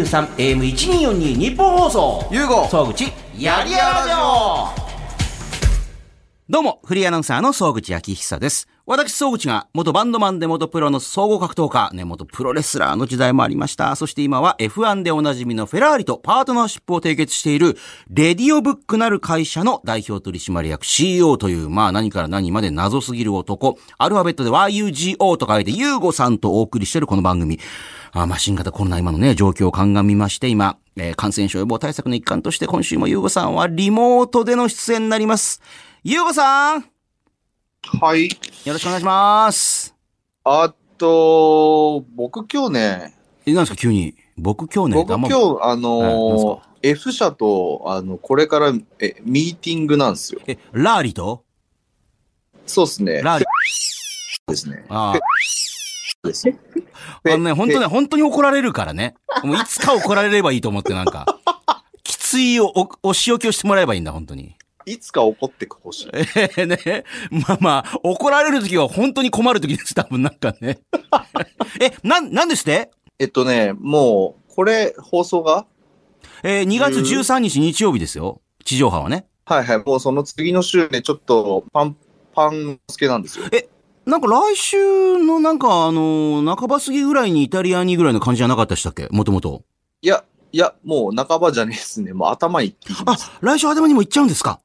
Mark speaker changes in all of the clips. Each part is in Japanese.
Speaker 1: FM93AM1242 日本放送
Speaker 2: ゆうご
Speaker 1: 総口やりやらじょどうも、フリーアナウンサーの総口昭久です。私、総口が元バンドマンで元プロの総合格闘家、ね、元プロレスラーの時代もありました。そして今は F1 でおなじみのフェラーリとパートナーシップを締結している、レディオブックなる会社の代表取締役 CEO という、まあ何から何まで謎すぎる男、アルファベットで YUGO と書いて、ユーゴさんとお送りしているこの番組。あまあ、新型コロナ今のね、状況を鑑みまして、今、えー感染症予防対策の一環として、今週もユーゴさんはリモートでの出演になります。ゆうごさん、
Speaker 2: はい。
Speaker 1: よろしくお願いします。
Speaker 2: あと、僕今日ね、
Speaker 1: え、なんですか、急に。僕今日ね、
Speaker 2: 僕今
Speaker 1: 日。
Speaker 2: 日、あ
Speaker 1: はい
Speaker 2: のー F 社と、あの、これから、え、ミーティングなんですよ。
Speaker 1: え、ラーリと
Speaker 2: そうですね。
Speaker 1: ラーリ。
Speaker 2: ですね。
Speaker 1: あ
Speaker 2: ですね。
Speaker 1: あ。あのね、本当
Speaker 2: ね。
Speaker 1: ね、本当に怒られるからね。もういつか怒られればいいと思って、なんか。きついをお、お仕置きをしてもらえばいいんだ、本当に。
Speaker 2: いつか怒ってほしい。
Speaker 1: えーね。まあまあ、怒られるときは本当に困るときです、多分なんかね。 え、なん、なんですって
Speaker 2: えっとね、もう、これ、放送が
Speaker 1: えー2月13日日曜日ですよ。地上波はね。
Speaker 2: はいはい。もうその次の週ね、ちょっと、パン、パン付けなんですよ。
Speaker 1: なんか来週のなんかあのー半ば過ぎぐらいにイタリアにぐらいの感じじゃなかったでしたっけもともと。
Speaker 2: いや、いや、もう半ばじゃねえですね。もう頭いってきます。
Speaker 1: 来週頭にも行っちゃうんですか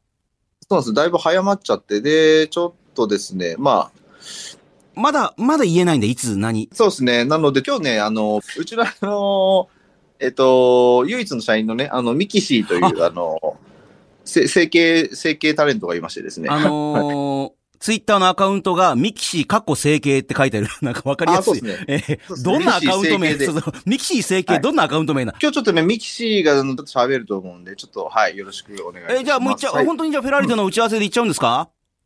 Speaker 2: そうなんです。だいぶ早まっちゃって、で、ちょっとですね、まあ、
Speaker 1: まだ、まだ言えないんで、いつ何
Speaker 2: そうですね。なので、今日ね、あの、うちの、あの、えっと、唯一の社員のね、あの、ミキシーという、あの、せ整形、整形タレントがいましてですね。
Speaker 1: あのー、ツイッターのアカウントがミキシーカッコ整形って書いてある。 なんかわかりや
Speaker 2: あ、
Speaker 1: す
Speaker 2: そう
Speaker 1: い。
Speaker 2: ですね。
Speaker 1: えー
Speaker 2: そうですね
Speaker 1: どんなアカウント名
Speaker 2: ミキシ
Speaker 1: そ
Speaker 2: ー整形で
Speaker 1: うそうミキシー整形、
Speaker 2: はい
Speaker 1: どんなアカウント名な
Speaker 2: 今日ちょっとね、ミキシーがあのちょっと喋ると思うんで、ちょっと、はい、よろしくお願いしま
Speaker 1: え
Speaker 2: す。
Speaker 1: ーじゃあもう行っちゃう、
Speaker 2: はい
Speaker 1: 本当にじゃあフェラーリとの打ち合わせで行っちゃうんですか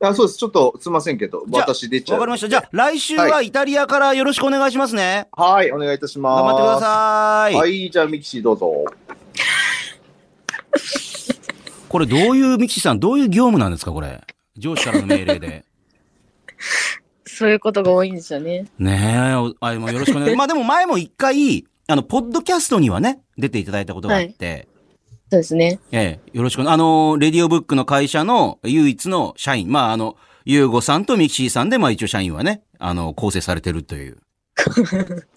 Speaker 1: わ、
Speaker 2: あ、そうです。ちょっと、すいませんけど、
Speaker 1: じゃあ
Speaker 2: 私出ちゃう。
Speaker 1: かりました。じゃあ来週は
Speaker 2: は
Speaker 1: イタリアからよろしくお願いしますね。
Speaker 2: あ。はい、お願いいたします。
Speaker 1: 頑張ってください。
Speaker 2: はい、じゃあ、ミキシーどうぞ。
Speaker 1: これどういう、ミキシさん、どういう業務なんですか、これ。上司からの命令 で。
Speaker 3: そういうことが多いんですよね。
Speaker 1: ねえ、おあもうよろしく お願いまあでも前も一回、あの、ポッドキャストにはね、出ていただいたことがあって、
Speaker 3: そうですね。
Speaker 1: ええ、よろしくお願いあの、レディオブックの会社の唯一の社員、まああの、ゆうごさんとミキシーさんで、まあ一応社員はね、あの、構成されてるという。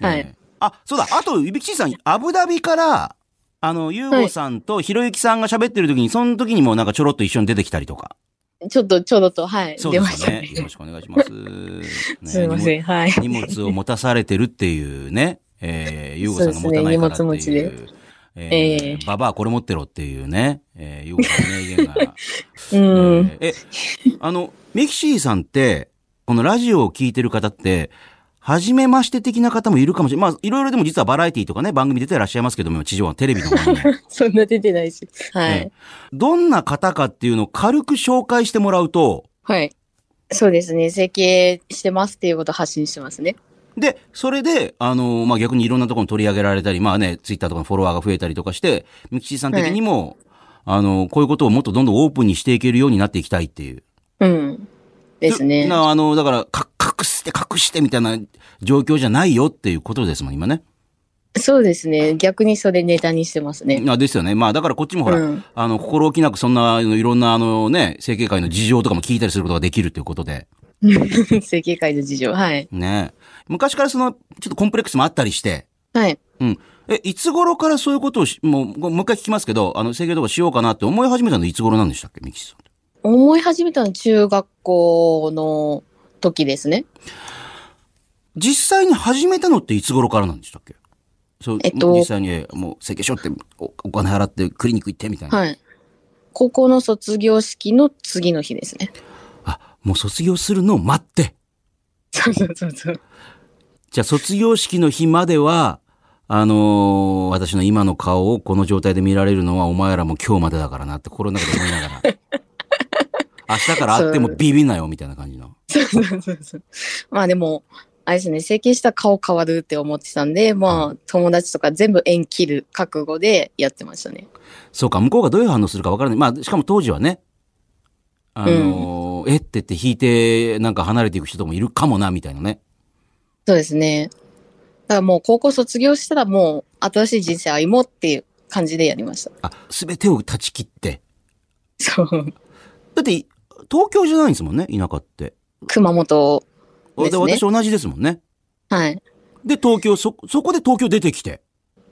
Speaker 3: はい
Speaker 1: ええあ、そうだ、あと、ミキシーさん、アブダビから、あの、ゆうごさんとひろゆきさんが喋ってる時に、その時にもなんかちょろっと一緒に出てきたりとか。
Speaker 3: ちょっと、ちょうどと、はい、
Speaker 1: そう
Speaker 3: 出
Speaker 1: で
Speaker 3: まし
Speaker 1: す
Speaker 3: た
Speaker 1: よね。
Speaker 3: ね。
Speaker 1: よろしくお願いし ます。ね
Speaker 3: すいません、はい。
Speaker 1: 荷物。荷物を持たされてるっていうね、えー、ゆうごさんが持たないからって
Speaker 3: そう
Speaker 1: い
Speaker 3: ですね荷物
Speaker 1: う。
Speaker 3: え
Speaker 1: え
Speaker 3: え
Speaker 1: ー、ババアこれ持ってろっていうね、えー、ゆうごさんの名言が。
Speaker 3: う
Speaker 1: え
Speaker 3: ん。
Speaker 1: ーえ、あの、ミキシーさんって、このラジオを聞いてる方って、はじめまして的な方もいるかもしれない。まあ、いろいろでも実はバラエティとかね、番組出てらっしゃいますけども、地上はテレビの 番組も。
Speaker 3: そんな出てないし。はい。
Speaker 1: ええどんな方かっていうのを軽く紹介してもらうと、
Speaker 3: はい。そうですね。整形してますっていうことを発信してますね。
Speaker 1: で、それで、あのまあ、逆にいろんなところに取り上げられたり、まあね、ツイッターとかのフォロワーが増えたりとかして、ミキシーさん的にも、あの、こういうことをもっとどんどんオープンにしていけるようになっていきたいっていう。
Speaker 3: うん。ですね。
Speaker 1: なあの、だから、か、隠して、隠してみたいな状況じゃないよっていうことですもん、今ね。
Speaker 3: そうですね。逆にそれネタにしてますね。
Speaker 1: あですよね。まあ、だからこっちもほら、
Speaker 3: うん
Speaker 1: あの、心置きなくそんな、あのいろんな、あのね、整形界の事情とかも聞いたりすることができるということで。
Speaker 3: 整形界の事情。はい。
Speaker 1: ね。昔からその、ちょっとコンプレックスもあったりして、
Speaker 3: はい。
Speaker 1: うん。え、いつ頃からそういうことをし、もう、ごもう一回聞きますけど、あの、整形とかしようかなって思い始めたのいつ頃なんでしたっけ、ミキシさん。
Speaker 3: 思い始めたの中学校の時ですね。
Speaker 1: 実際に始めたのっていつ頃からなんでしたっけそう、
Speaker 3: えっと
Speaker 1: 実際に、えもう整形しようってお、お金払ってクリニック行ってみたいな。
Speaker 3: はい。高校の卒業式の次の日ですね。
Speaker 1: あ、もう卒業するのを待って。
Speaker 3: そうそうそうそう。
Speaker 1: じゃあ卒業式の日までは、あのー私の今の顔をこの状態で見られるのはお前らも今日までだからなって心の中で思いながら。明日から会ってもビビんなよみたいな感じの。
Speaker 3: そうそうそう まあでも、あれですね、整形したら顔変わるって思ってたんで、まあ友達とか全部縁切る覚悟でやってましたね。
Speaker 1: そうか、向こうがどういう反応するかわからない。まあ、しかも当時はね、あのーえってって引いて、なんか離れていく人ともいるかもな、みたいなね。
Speaker 3: そうですね。だからもう高校卒業したらもう新しい人生歩もうっていう感じでやりました。
Speaker 1: あ、すべてを断ち切って。
Speaker 3: そう。
Speaker 1: だって、東京じゃないんですもんね、田舎って。
Speaker 3: 熊本
Speaker 1: で
Speaker 3: ですね
Speaker 1: 私同じですもんね。
Speaker 3: はい。
Speaker 1: で、東京、そ、そこで東京出てきて。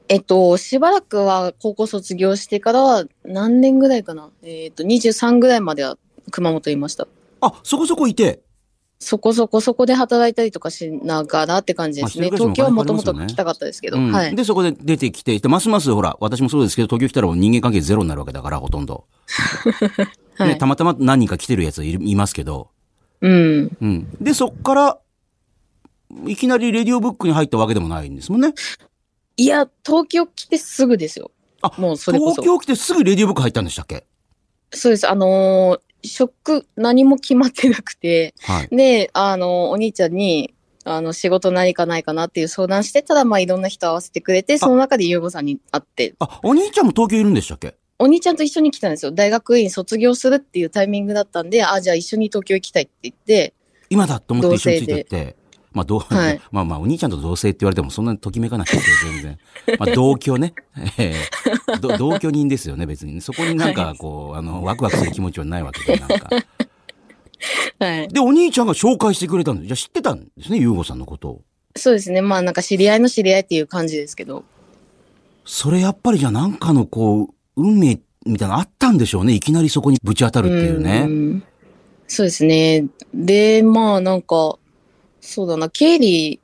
Speaker 3: えっと、しばらくは高校卒業してからは何年ぐらいかな。えっと、23ぐらいまでは熊本いました。
Speaker 1: あ、そこそこいて。
Speaker 3: そこそこそこで働いたりとかしながらって感じですね。
Speaker 1: まあ一人暮ら
Speaker 3: 東
Speaker 1: しも
Speaker 3: 京はもと
Speaker 1: お金かかりますよ
Speaker 3: もと
Speaker 1: ね
Speaker 3: 来たかったですけど。
Speaker 1: うん
Speaker 3: はい。
Speaker 1: で、そこで出てきて、でますますほら、私もそうですけど、東京来たら人間関係ゼロになるわけだから、ほとんど。
Speaker 3: はい、
Speaker 1: ね、たまたま何人か来てるやついるいますけど。
Speaker 3: うん。
Speaker 1: うん。で、そっから、いきなりレディオブックに入ったわけでもないんですもんね。
Speaker 3: いや、東京来てすぐですよ。
Speaker 1: あ
Speaker 3: もうそれこそ
Speaker 1: 東。京来てすぐレディオブック入ったんでしたっけ
Speaker 3: そうです。あのー、職、何も決まってなくて。
Speaker 1: はい。
Speaker 3: で、あのー、お兄ちゃんに、あの、仕事何かないかなっていう相談してたら、まあ、いろんな人合わせてくれて、その中で優子さんに会って、
Speaker 1: あ、お兄ちゃんも東京いるんでしたっけ
Speaker 3: お兄ちゃんと一緒に来たんですよ。大学院卒業するっていうタイミングだったんで、あ、じゃあ一緒に東京行きたいって言って、
Speaker 1: 今だと思って一緒についてって。まあ、どう、
Speaker 3: はい
Speaker 1: まあまあ、お兄ちゃんと同棲って言われてもそんなにときめかないですよ、全然。まあ、同居ね。 ええど同居人ですよね、別にね、そこになんか、こう、あの、ワクワクする気持ちはないわけで、なんか。
Speaker 3: はい。
Speaker 1: で、お兄ちゃんが紹介してくれたんです。じゃあ知ってたんですね、ゆうごさんのことを。
Speaker 3: そうですね。まあなんか知り合いの知り合いっていう感じですけど。
Speaker 1: それやっぱりじゃあなんかのこう、運命みたいなのあったんでしょうね。いきなりそこにぶち当たるっていうね。
Speaker 3: んそうですね。で、まあなんか、そうだな、経理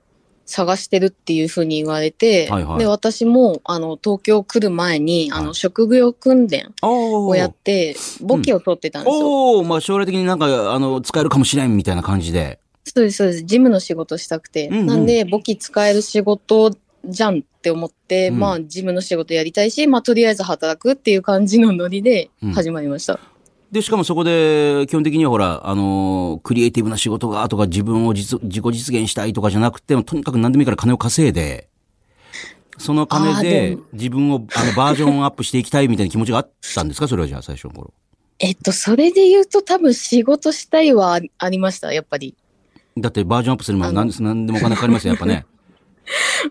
Speaker 3: 探してるっていうふうに言われて、
Speaker 1: はいはい
Speaker 3: で、私も、あの、東京来る前に、あ
Speaker 1: は
Speaker 3: の、
Speaker 1: い
Speaker 3: 職業訓練
Speaker 1: お
Speaker 3: をやって、簿記を取ってたんですよ。
Speaker 1: おおまあ将来的になんか、あの、使えるかもしれんみたいな感じで。
Speaker 3: そうです、そうです。事務の仕事したくて。
Speaker 1: うんうん
Speaker 3: なんで、簿記使える仕事じゃんって思って、
Speaker 1: うん
Speaker 3: まあ、事務の仕事やりたいし、まあ、とりあえず働くっていう感じのノリで
Speaker 1: うん
Speaker 3: 始まりました。
Speaker 1: で、しかもそこで、基本的にはほら、あの、クリエイティブな仕事がとか、自分を実自己実現したいとかじゃなくて、もうとにかく何でもいいから金を稼いで、その金
Speaker 3: あーで
Speaker 1: で
Speaker 3: も
Speaker 1: 自分をあのバージョンアップしていきたいみたいな気持ちがあったんです かそれはじゃあ最初の頃。
Speaker 3: えっと、それで言うと多分仕事したいはあありました、やっぱり。
Speaker 1: だってバージョンアップするのは何です何でもお金かかりますよ、やっぱ ね。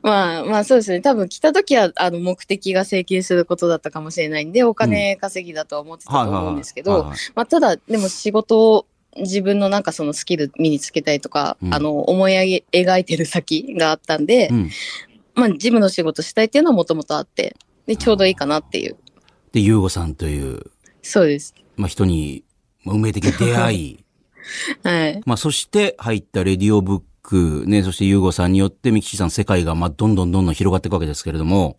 Speaker 3: まあまあそうですね。多分来た時はあの目的が整形することだったかもしれないんで、お金稼ぎだとは思ってたと
Speaker 1: はいはい
Speaker 3: 思
Speaker 1: は
Speaker 3: う
Speaker 1: い。
Speaker 3: んですけ
Speaker 1: はい
Speaker 3: ど、
Speaker 1: はい
Speaker 3: まあただでも仕事を自分のなんかそのスキル身につけたいとか、
Speaker 1: うん
Speaker 3: あの思い上げ描いてる先があったんで、
Speaker 1: うん。
Speaker 3: まあ事務の仕事したいっていうのはもともとあって、でちょうどいいかなっていう。
Speaker 1: で、ゆうごさんという、
Speaker 3: そうです。
Speaker 1: まあ、人に、まあ運命的に出会 い、
Speaker 3: はい。
Speaker 1: まあ、そして入ったレディオブック、ね、そしてゆうごさんによってミキシーさんの世界が、まあ、どんどんどんどん広がっていくわけですけれども、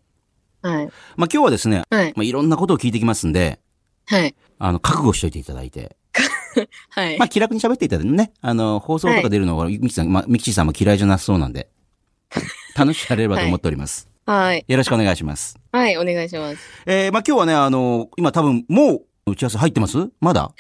Speaker 3: はい。
Speaker 1: まあ、今日はですね、
Speaker 3: はい。
Speaker 1: まあ、いろんなことを聞いてきますんで、
Speaker 3: はい。
Speaker 1: あの、覚悟しといていただいて、
Speaker 3: はい
Speaker 1: まあ、。気楽に喋っていただいてね、あの、放送とか出るのは、ミキシーさん、まあ、ミキシーさんも嫌いじゃなさそうなん で、楽しくやれればと思っております。
Speaker 3: はい。
Speaker 1: よろしくお願いします。
Speaker 3: はい。お願いします。
Speaker 1: えー、まあ、今日はね、あの、今多分、もう、打ち合わせ入ってますまだ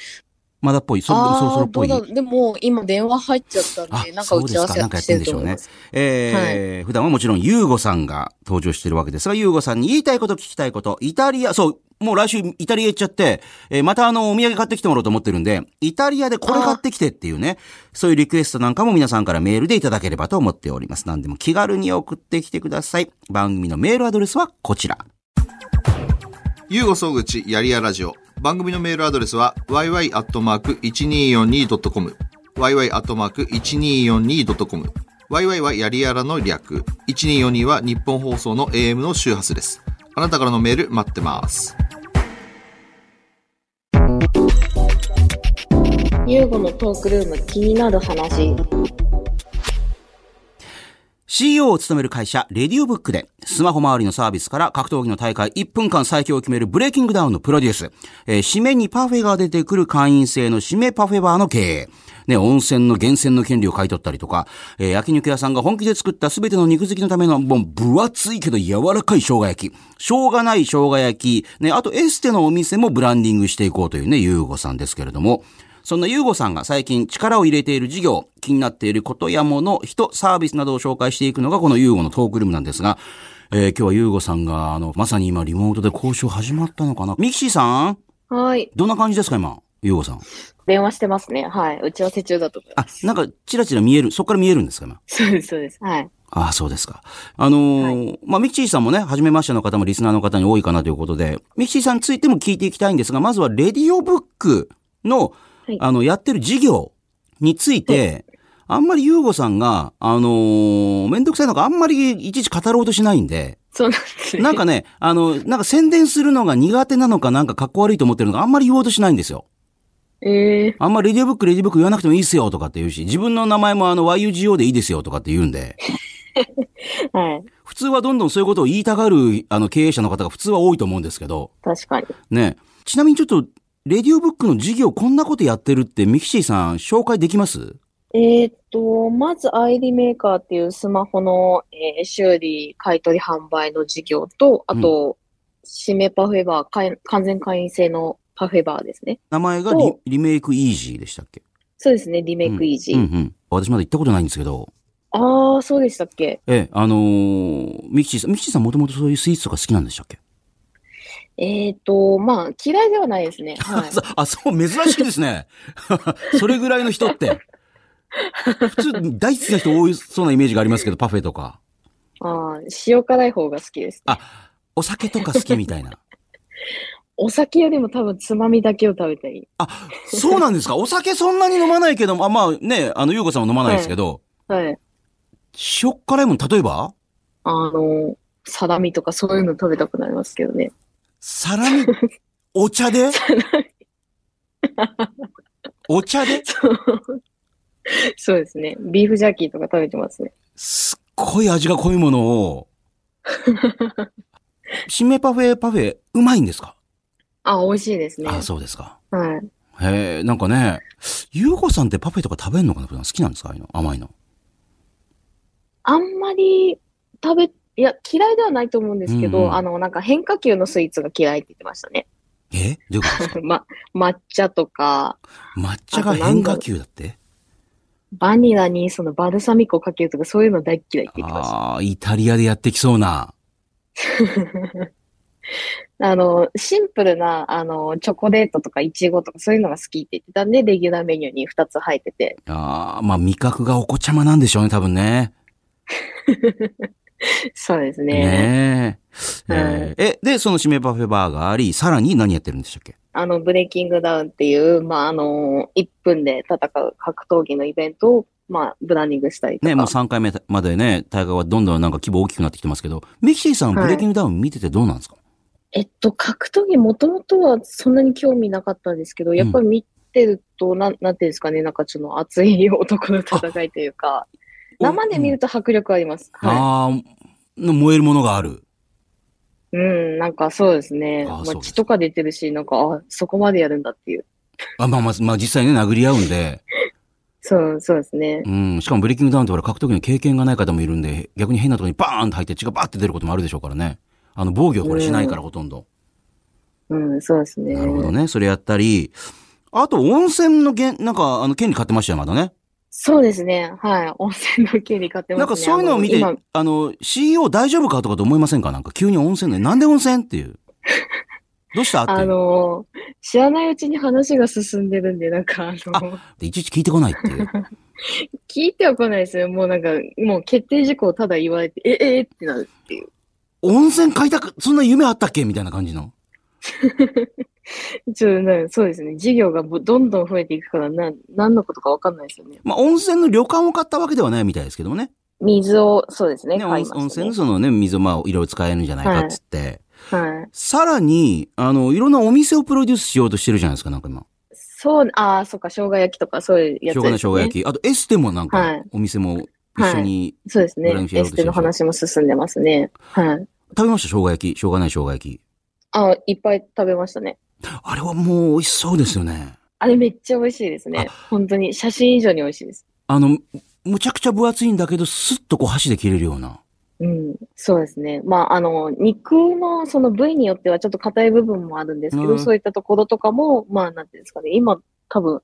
Speaker 1: まだっぽいそれでもそろそろっぽい
Speaker 3: あーどうだでも今電話入っちゃったんで、
Speaker 1: あ
Speaker 3: なんか打ち合わ
Speaker 1: そうです
Speaker 3: せ
Speaker 1: かなんかやっ
Speaker 3: してて
Speaker 1: んで
Speaker 3: る
Speaker 1: し
Speaker 3: と
Speaker 1: ょう
Speaker 3: 思い
Speaker 1: ね
Speaker 3: ます。
Speaker 1: えー普段はもちろん、ユーゴさんが登場してるわけですが、ユーゴさんに言いたいこと、聞きたいこと、イタリア、そう、もう来週イタリア行っちゃって、えーまたあの、お土産買ってきてもらおうと思ってるんで、イタリアでこれ買ってきてっていうね、そういうリクエストなんかも皆さんからメールでいただければと思っております。何でも気軽に送ってきてください。番組のメールアドレスはこちら。
Speaker 2: ゆうご総口やりやラジオ。番組のメールアドレスは yy.1242.com。yy.1242.com。yy はやりやらの略。1242は日本放送の AM の周波数です。あなたからのメール待ってます。
Speaker 4: ユーゴのトークルーム気になる話。
Speaker 1: CEO を務める会社、レディオブックで、スマホ周りのサービスから格闘技の大会1分間最強を決めるブレイキングダウンのプロデュース、えー締めにパフェが出てくる会員制の締めパフェバーの経営、ね、温泉の源泉の権利を買い取ったりとか、えー焼肉屋さんが本気で作った全ての肉好きのための、もう分厚いけど柔らかい生姜焼き、しょうがない生姜焼き、ね、あとエステのお店もブランディングしていこうというね、ゆうごさんですけれども、そんなユーゴさんが最近力を入れている事業、気になっていることやもの、人、サービスなどを紹介していくのがこのユーゴのトークルームなんですが、えー今日はユーゴさんが、あの、まさに今リモートで交渉始まったのかな。ミキシーさん
Speaker 4: はい。
Speaker 1: どんな感じですか今、ユーゴさん。
Speaker 4: 電話してますね。はい。打ち合わせ中だと思いま
Speaker 1: あ、なんか、チラチラ見える、そこから見えるんですか今。
Speaker 4: す。そうです、そうです。はい。
Speaker 1: ああ、そうですか。あのーまあ、ミキチーさんもね、初めましての方もリスナーの方に多いかなということで、ミキチーさんについても聞いていきたいんですが、まずはレディオブックの、
Speaker 4: はい
Speaker 1: あの、やってる事業について、あんまりユーゴさんが、あのーめんどくさいのかあんまりいちいち語ろうとしないんで、
Speaker 3: そうなんですね。
Speaker 1: なんかね、あの、なんか宣伝するのが苦手なのかなんかかっこ悪いと思ってるのかあんまり言おうとしないんですよ。
Speaker 3: ええ
Speaker 1: あんまレディオブック、レディオブック言わなくてもいいですよとかって言うし、自分の名前もあの YUGO でいいですよとかって言うんで、
Speaker 4: はい。
Speaker 1: 普通はどんどんそういうことを言いたがるあの経営者の方が普通は多いと思うんですけど、
Speaker 4: 確かに。
Speaker 1: ね。ちなみにちょっと、レディオブックの事業こんなことやってるってミキシーさん紹介できます
Speaker 4: えーっと、まず、ID メーカーっていうスマホの、えー修理、買取、販売の事業と、あと、締めパフェバーかい、完全会員制のパフェバーですね。
Speaker 1: 名前がリ
Speaker 4: そう
Speaker 1: リメイクイージーでしたっけ
Speaker 4: そうですね、リメイクイージ
Speaker 1: うんう
Speaker 4: ー。
Speaker 1: ん。私まだ行ったことないんですけど、
Speaker 4: ああ、そうでしたっけ。
Speaker 1: ええ、あのーミキシーさん、ミキシーさんもともとそういうスイーツとか好きなんでしたっけ、
Speaker 4: えーっと、まあ、嫌いではないです ね。はい。
Speaker 1: そあ、そう、珍しいですね。 それぐらいの人って。普通、大好きな人多いそうなイメージがありますけど、パフェとか。
Speaker 4: あー塩辛い方が好きです。
Speaker 1: あ、お酒とか好きみたいな。
Speaker 4: お酒よりも多分つまみだけを食べたい。
Speaker 1: そうなんですかお酒そんなに飲まないけど、あ、まあね、あの、ゆうこさんは飲まないですけど、
Speaker 4: はい。
Speaker 1: 塩辛いもん、例えば
Speaker 4: あの、サラミとかそういうの食べたくなりますけどね。
Speaker 1: サラミ、お茶でお茶で
Speaker 4: そうですね。ビーフジャーキーとか食べてますね。
Speaker 1: すっごい味が濃いもの を。新芽パフェ、パフェ、うまいんですか
Speaker 4: あ、美味しいですね。
Speaker 1: あ、そうですか。
Speaker 4: はい。
Speaker 1: へえ、なんかね、ゆうこさんってパフェとか食べんのかな普段好きなんですかああいうの甘いの。
Speaker 4: あんまり食べ、いや、嫌いではないと思うんですけど、
Speaker 1: うんうん
Speaker 4: あの、なんか変化球のスイーツが嫌いって言ってましたね。
Speaker 1: えどういうこと ですか
Speaker 4: ま、抹茶とか、
Speaker 1: 抹茶が変化球だって
Speaker 4: バニラにそのバルサミコかけるとか、そういうの大っ嫌いって言ってました。
Speaker 1: ああー、イタリアでやってきそうな。
Speaker 4: あの、シンプルな、あの、チョコレートとかイチゴとかそういうのが好きって言ってたんで、レギュラーメニューに2つ入ってて、
Speaker 1: ああ、まあ味覚がお子ちゃまなんでしょうね、多分ね。
Speaker 4: そうですね。
Speaker 1: ねえ。えーえ、で、その締めパフェバーがあり、さらに何やってるんでしたっけ
Speaker 4: あの、ブレイキングダウンっていう、まあ、あの、1分で戦う格闘技のイベントを、まあ、ブランディングしたりとか。
Speaker 1: ね、もう3回目までね、大会はどんどんなんか規模大きくなってきてますけど、ミキシーさん、
Speaker 4: はい
Speaker 1: ブレイキングダウン見ててどうなんですか、
Speaker 4: えっと、格闘技もともとはそんなに興味なかったんですけど、やっぱり見てると、なん、なんていうんですかね、なんかちょっと熱い男の戦いというか、生で見ると迫力あります。は
Speaker 1: ああ、の燃えるものがある。
Speaker 4: い。うん、なんかそうですね。
Speaker 1: あ
Speaker 4: まあ
Speaker 1: そうです
Speaker 4: 血とか出てるし、なんか、あ、そこまでやるんだっていう。
Speaker 1: あまあまあ、まあ実際ね、殴り合うんで。
Speaker 4: そう、そうですね。
Speaker 1: うん、しかもブレイキングダウンってほら格闘技の経験がない方もいるんで、逆に変なところにバーンと入って血がバーって出ることもあるでしょうからね。あの防御をこれしないからほとんど。
Speaker 4: うん、そうですね。
Speaker 1: なるほどね。それやったり、あと温泉のげん、なんかあの権利買ってましたよ、まだね。
Speaker 4: そうですね。はい。温泉の権利買ってます
Speaker 1: な
Speaker 4: ね。
Speaker 1: んかそういうのを見て、
Speaker 4: あ
Speaker 1: あ
Speaker 4: の
Speaker 1: の CEO 大丈夫かとかと思いませんかなんか急に温泉で、なんで温泉って いう。どうしたって
Speaker 4: 今、あのー知らないうちに話が進んでるんで、なんか、あのー
Speaker 1: いちいち聞いてこないっていう。
Speaker 4: 聞いては来ないですよ。もうなんか、もう決定事項をただ言われて、え、え、えってなるっていう。
Speaker 1: 温泉開拓、そんな夢あったっけみたいな感じの。
Speaker 4: ちょっとなんかそうですね。事業がぼどんどん増えていくから、な、何のことかわかんないですよね。
Speaker 1: まあ温泉の旅館を買ったわけではないみたいですけどもね。
Speaker 4: 水を、そうですね。
Speaker 1: ね
Speaker 4: 買
Speaker 1: 温
Speaker 4: いま
Speaker 1: 温
Speaker 4: し
Speaker 1: 泉
Speaker 4: たね
Speaker 1: の。そのね、水をまあいろいろ使えるんじゃないかっつって。
Speaker 4: はい。
Speaker 1: さらに、あの、いろんなお店をプロデュースしようとしてるじゃないですか、なんか今。
Speaker 4: そう、ああ、そっか、生姜焼きとかそういうや
Speaker 1: し
Speaker 4: つ
Speaker 1: ょ
Speaker 4: で
Speaker 1: う
Speaker 4: す
Speaker 1: が
Speaker 4: ね。
Speaker 1: ない生姜焼き。あとエステもなん
Speaker 4: は
Speaker 1: か
Speaker 4: い、
Speaker 1: お店も一緒に、
Speaker 4: そうですね
Speaker 1: ブラン。ド
Speaker 4: エステの話も進んでますね。はい。
Speaker 1: 食べました、生姜焼き。しょうがない生姜焼き。
Speaker 4: あいっぱい食べましたね。
Speaker 1: あれはもう美味しそうですよね。
Speaker 4: あれめっちゃ美味しいですね。本当に、写真以上に美味しいです。
Speaker 1: あの、むちゃくちゃ分厚いんだけど、スッとこう箸で切れるような。
Speaker 4: うん、そうですね。まあ、あの、肉のその部位によってはちょっと硬い部分もあるんですけど、
Speaker 1: うん
Speaker 4: そういったところとかも、まあ、なんていうんですかね、今、多分、